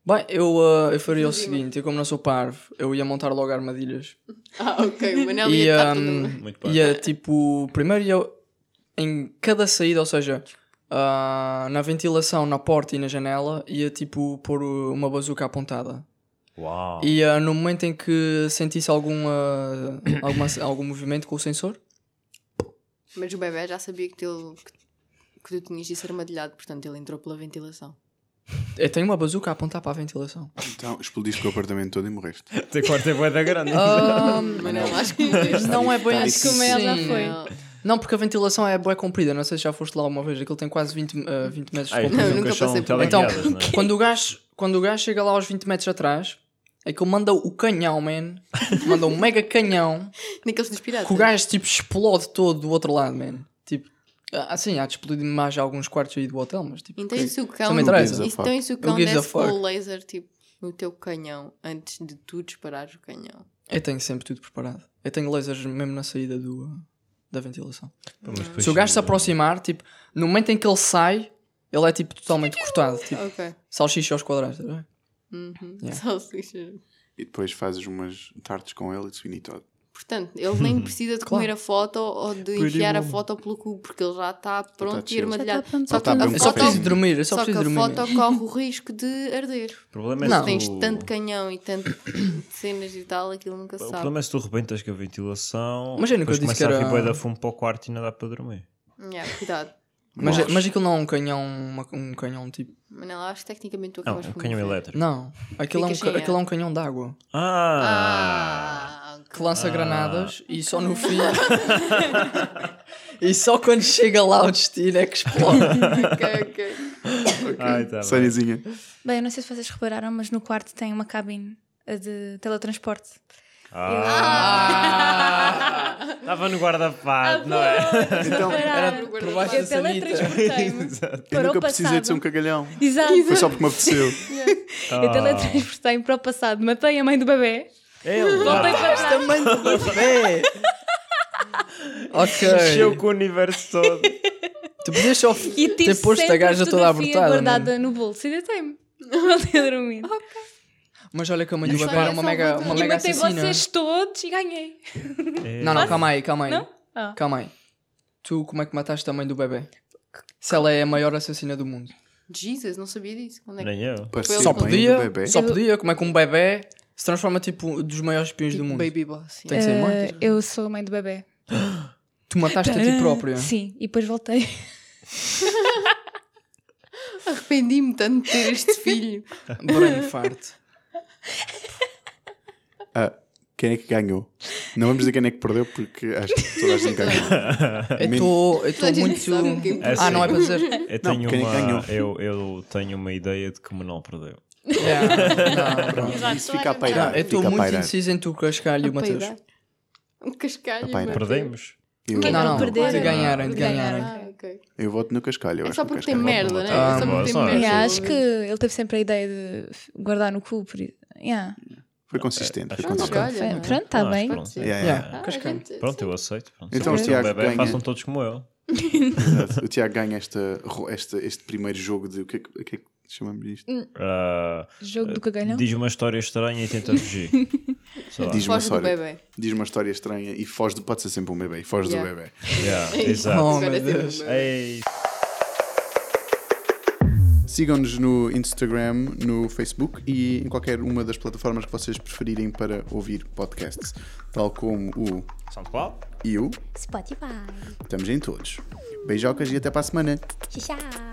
Speaker 1: Bem, eu, eh, eu faria o seguinte: eu, como não sou parvo, eu ia montar logo armadilhas.
Speaker 3: Ah, ok. O Manel
Speaker 1: E,
Speaker 3: ia estar
Speaker 1: hum,
Speaker 3: todo...
Speaker 4: Muito bem.
Speaker 1: Ia tipo, primeiro ia em cada saída, ou seja, ah, na ventilação, na porta e na janela, ia tipo pôr o- uma bazuca apontada.
Speaker 4: Uau!
Speaker 1: E ah, no momento em que sentisse alguma, alguma- algum movimento com o sensor,
Speaker 3: Mas o bebê já sabia que, teu- que- que tu tinhas de ser armadilhado, portanto ele entrou pela ventilação.
Speaker 1: eu tenho uma bazuca a apontar para a ventilação.
Speaker 2: Então, explodiste o apartamento todo e morreste.
Speaker 4: Até quarta é boa da grande.
Speaker 1: Oh.
Speaker 3: Manel, acho que morreste.
Speaker 1: não é bem
Speaker 2: Acho que o
Speaker 3: assim.
Speaker 2: Manel
Speaker 5: já
Speaker 1: Sim.
Speaker 5: foi.
Speaker 3: Não.
Speaker 1: Não, porque a ventilação é bué comprida, não sei se já foste lá alguma vez, aquilo tem quase 20, ah, 20 metros de
Speaker 4: Ai, um
Speaker 1: comprimento.
Speaker 3: nunca
Speaker 4: nunca são
Speaker 3: passei por-
Speaker 4: teleguiadas,
Speaker 1: Então,
Speaker 4: não é?
Speaker 1: quando o gajo, quando o gajo chega lá aos 20 metros atrás, É que ele manda o canhão, man. Manda um mega canhão.
Speaker 3: Naqueles dos piratas.
Speaker 1: Que o gajo tipo explode todo do outro lado, man. Tipo, ah, assim, há de explodir mais alguns quartos aí do hotel, mas tipo.
Speaker 3: Então,
Speaker 1: ok.
Speaker 3: e se o cão.
Speaker 1: Também
Speaker 2: interessa.
Speaker 3: E se- então, e se o cão
Speaker 1: gives a
Speaker 3: desse com
Speaker 1: fuck?
Speaker 3: o laser, tipo, no teu canhão, antes de tu disparares o canhão?
Speaker 1: Eu tenho sempre tudo preparado. Eu tenho lasers mesmo na saída do, ah, da ventilação.
Speaker 4: Pô, mas depois-
Speaker 1: Se o gajo se aproximar, tipo, no momento em que ele sai, ele é tipo totalmente cortado. Tipo,
Speaker 3: Ok.
Speaker 1: salsicha aos quadrados, tá bem?
Speaker 3: Uhum.
Speaker 1: Yeah.
Speaker 3: Salsicha.
Speaker 2: E depois fazes umas tartes com ele e suíno e todo.
Speaker 3: Portanto, ele nem precisa de comer a foto ou de
Speaker 1: Pretty
Speaker 3: enfiar a
Speaker 1: woman.
Speaker 3: foto pelo cu, porque ele já está pronto de ir
Speaker 2: chill. Já
Speaker 5: está
Speaker 3: malhar.
Speaker 5: pronto.
Speaker 3: Só que
Speaker 5: Ele está
Speaker 3: a
Speaker 5: pronto
Speaker 1: Eu só
Speaker 3: foto-
Speaker 1: preciso dormir, eu só
Speaker 3: só que
Speaker 1: preciso
Speaker 3: a
Speaker 1: dormir.
Speaker 3: foto
Speaker 1: mesmo.
Speaker 3: corre o risco de arder.
Speaker 4: O problema é
Speaker 1: Não.
Speaker 4: se
Speaker 3: Tens
Speaker 4: tu-
Speaker 3: tanto canhão e tanto de cenas e tal, aquilo nunca se
Speaker 4: O
Speaker 3: sabe.
Speaker 4: problema é se tu rebentas com a ventilação.
Speaker 1: Mas eu nunca
Speaker 4: depois
Speaker 1: disse
Speaker 4: começa
Speaker 1: que
Speaker 4: a vir
Speaker 1: era-
Speaker 4: bué da fumo para o quarto e não dá para dormir.
Speaker 3: Yeah, cuidado.
Speaker 1: Mas,
Speaker 2: Nós.
Speaker 1: mas aquilo não é um canhão, uma- um canhão tipo.
Speaker 3: Manela, acho que tecnicamente tu
Speaker 4: Não,
Speaker 3: acabas
Speaker 4: um
Speaker 3: por
Speaker 4: canhão
Speaker 3: morrer.
Speaker 4: elétrico.
Speaker 1: Não, aquilo é um,
Speaker 3: Fica
Speaker 1: ca-
Speaker 3: sem
Speaker 1: aquilo é
Speaker 3: ar.
Speaker 1: um canhão d'água
Speaker 4: Ah!
Speaker 3: Ah, ok.
Speaker 1: que lança granadas e só no fim. e só quando chega lá ao destino é que explode.
Speaker 3: ok, ok.
Speaker 4: Ai, tá bem.
Speaker 2: Sóniazinha.
Speaker 5: Bem, eu não sei se vocês repararam, mas no quarto tem uma cabine eh, de teletransporte.
Speaker 4: Estava no
Speaker 5: Ah,
Speaker 4: guarda-pato, não é?
Speaker 2: Então,
Speaker 1: Era por baixo assim. da
Speaker 5: Eu
Speaker 1: sanita.
Speaker 5: teletransportei-me
Speaker 4: Exato.
Speaker 2: eu
Speaker 5: para
Speaker 2: nunca
Speaker 5: o
Speaker 2: precisei
Speaker 5: passado.
Speaker 2: de ser um cagalhão.
Speaker 5: Exato.
Speaker 2: Foi só porque me apeteceu.
Speaker 5: Eu teletransportei-me para o passado. Matei a mãe do bebê.
Speaker 4: Ele
Speaker 5: Voltei para
Speaker 3: Tá
Speaker 5: trás.
Speaker 1: Tamanho do bebê!
Speaker 4: encheu
Speaker 1: ok.
Speaker 4: com o universo todo.
Speaker 1: Tu podias só
Speaker 5: E tive
Speaker 1: ter posto a
Speaker 5: sempre
Speaker 1: gaja toda
Speaker 5: fotografia
Speaker 1: abortada. mano.
Speaker 5: guardada no bolso e deitei-me. Não tinha dormido.
Speaker 1: Mas olha que a mãe do
Speaker 2: Mas
Speaker 1: bebê
Speaker 2: olha,
Speaker 1: era uma mega, uma
Speaker 5: e
Speaker 1: mega é?
Speaker 5: matei
Speaker 1: assassina.
Speaker 5: vocês todos e ganhei.
Speaker 4: É.
Speaker 1: Não, não, calma aí, calma aí.
Speaker 5: Não? Ah.
Speaker 1: Calma aí. Tu como é que mataste a mãe do bebê? Se ela é a maior assassina do mundo.
Speaker 3: Jesus, não sabia disso. Quando é que...
Speaker 4: Nem eu.
Speaker 2: Pareceu
Speaker 1: Só
Speaker 2: um bem do
Speaker 1: podia,
Speaker 2: bebê.
Speaker 1: só podia, como é que um bebê se transforma tipo dos maiores espiões do
Speaker 3: Tipo
Speaker 1: mundo.
Speaker 3: Baby boss.
Speaker 1: Tem que ser mãe.
Speaker 5: Eh, eu sou a mãe do bebê.
Speaker 1: Tu mataste a ti própria.
Speaker 5: Sim, e depois voltei.
Speaker 3: Arrependi-me tanto de ter este filho.
Speaker 1: Brain fart.
Speaker 2: Ah, quem é que ganhou? Não vamos dizer quem é que perdeu, porque acho que toda a gente ganhou.
Speaker 1: Eu estou
Speaker 3: Toda a gente
Speaker 1: muito.
Speaker 3: sabe o que é
Speaker 1: Ah, não é para dizer.
Speaker 4: Eu tenho,
Speaker 2: quem
Speaker 4: uma,
Speaker 2: ganhou?
Speaker 4: eu, eu tenho uma ideia de que o Manuel perdeu.
Speaker 1: Yeah, não, pronto.
Speaker 3: Exato,
Speaker 2: Isso
Speaker 3: toda
Speaker 2: fica a
Speaker 3: gente
Speaker 2: pairar.
Speaker 3: sabe.
Speaker 1: Eu estou
Speaker 2: Fica a
Speaker 1: muito
Speaker 2: pairar.
Speaker 1: indeciso entre o Cascalho e o
Speaker 3: A
Speaker 1: Mateus.
Speaker 3: pairar. Um cascalho.
Speaker 2: A pairar.
Speaker 3: Mateus.
Speaker 4: Perdemos?
Speaker 2: Eu,
Speaker 5: Quem
Speaker 1: Não,
Speaker 5: não
Speaker 1: não,
Speaker 5: perderam?
Speaker 1: de ganharem, de
Speaker 5: De ganharem.
Speaker 1: ganharem.
Speaker 3: Ah, ok.
Speaker 2: eu voto no Cascalho. eu
Speaker 3: É
Speaker 2: acho
Speaker 3: só
Speaker 2: que o
Speaker 3: porque tem
Speaker 2: Cascalho
Speaker 4: merda,
Speaker 3: merda, né?
Speaker 4: né?
Speaker 3: É
Speaker 1: Ah,
Speaker 3: só porque tem
Speaker 4: boa,
Speaker 3: merda.
Speaker 5: Yeah, acho que ele teve sempre a ideia de guardar no cu. Por... isso. Yeah.
Speaker 2: Foi consistente. Foi
Speaker 4: Acho que um
Speaker 2: consistente.
Speaker 3: Olha,
Speaker 5: Foi-
Speaker 3: não é?
Speaker 5: Pronto,
Speaker 1: tá
Speaker 5: está
Speaker 4: Não, acho
Speaker 5: bem.
Speaker 4: que pronto.
Speaker 3: Pode ser.
Speaker 2: Yeah, yeah.
Speaker 1: Yeah.
Speaker 3: Ah, a
Speaker 1: Cascalho.
Speaker 3: gente-
Speaker 4: Pronto, eu aceito. Pronto.
Speaker 2: Então, o
Speaker 4: Se eu
Speaker 2: Tiago
Speaker 4: sou um bebé,
Speaker 2: ganha.
Speaker 4: façam todos como eu.
Speaker 2: O Tiago ganha esta, ro- esta, este primeiro jogo de. O que é que, o que, é que chamamos
Speaker 3: Hum,
Speaker 2: isto?
Speaker 4: Ah,
Speaker 5: Jogo do
Speaker 1: Eh,
Speaker 5: cagalhão.
Speaker 4: diz uma história estranha e tenta fugir. Sei lá.
Speaker 2: Diz uma,
Speaker 3: Foge do
Speaker 2: história,
Speaker 3: bebê.
Speaker 2: diz uma história estranha e foge do. Pode ser sempre um bebê e foge
Speaker 3: Yeah.
Speaker 2: do bebê.
Speaker 4: Yeah,
Speaker 1: Oh,
Speaker 4: exato.
Speaker 3: Agora
Speaker 1: meu
Speaker 3: tem um
Speaker 1: Deus.
Speaker 3: bebê.
Speaker 4: Ei,
Speaker 2: Sigam-nos no Instagram, no Facebook e em qualquer uma das plataformas que vocês preferirem para ouvir podcasts, tal como o
Speaker 4: SoundCloud?
Speaker 2: e o.
Speaker 6: Spotify.
Speaker 2: Estamos em todos. Beijocas e até para a semana.
Speaker 6: Tchau, tchau.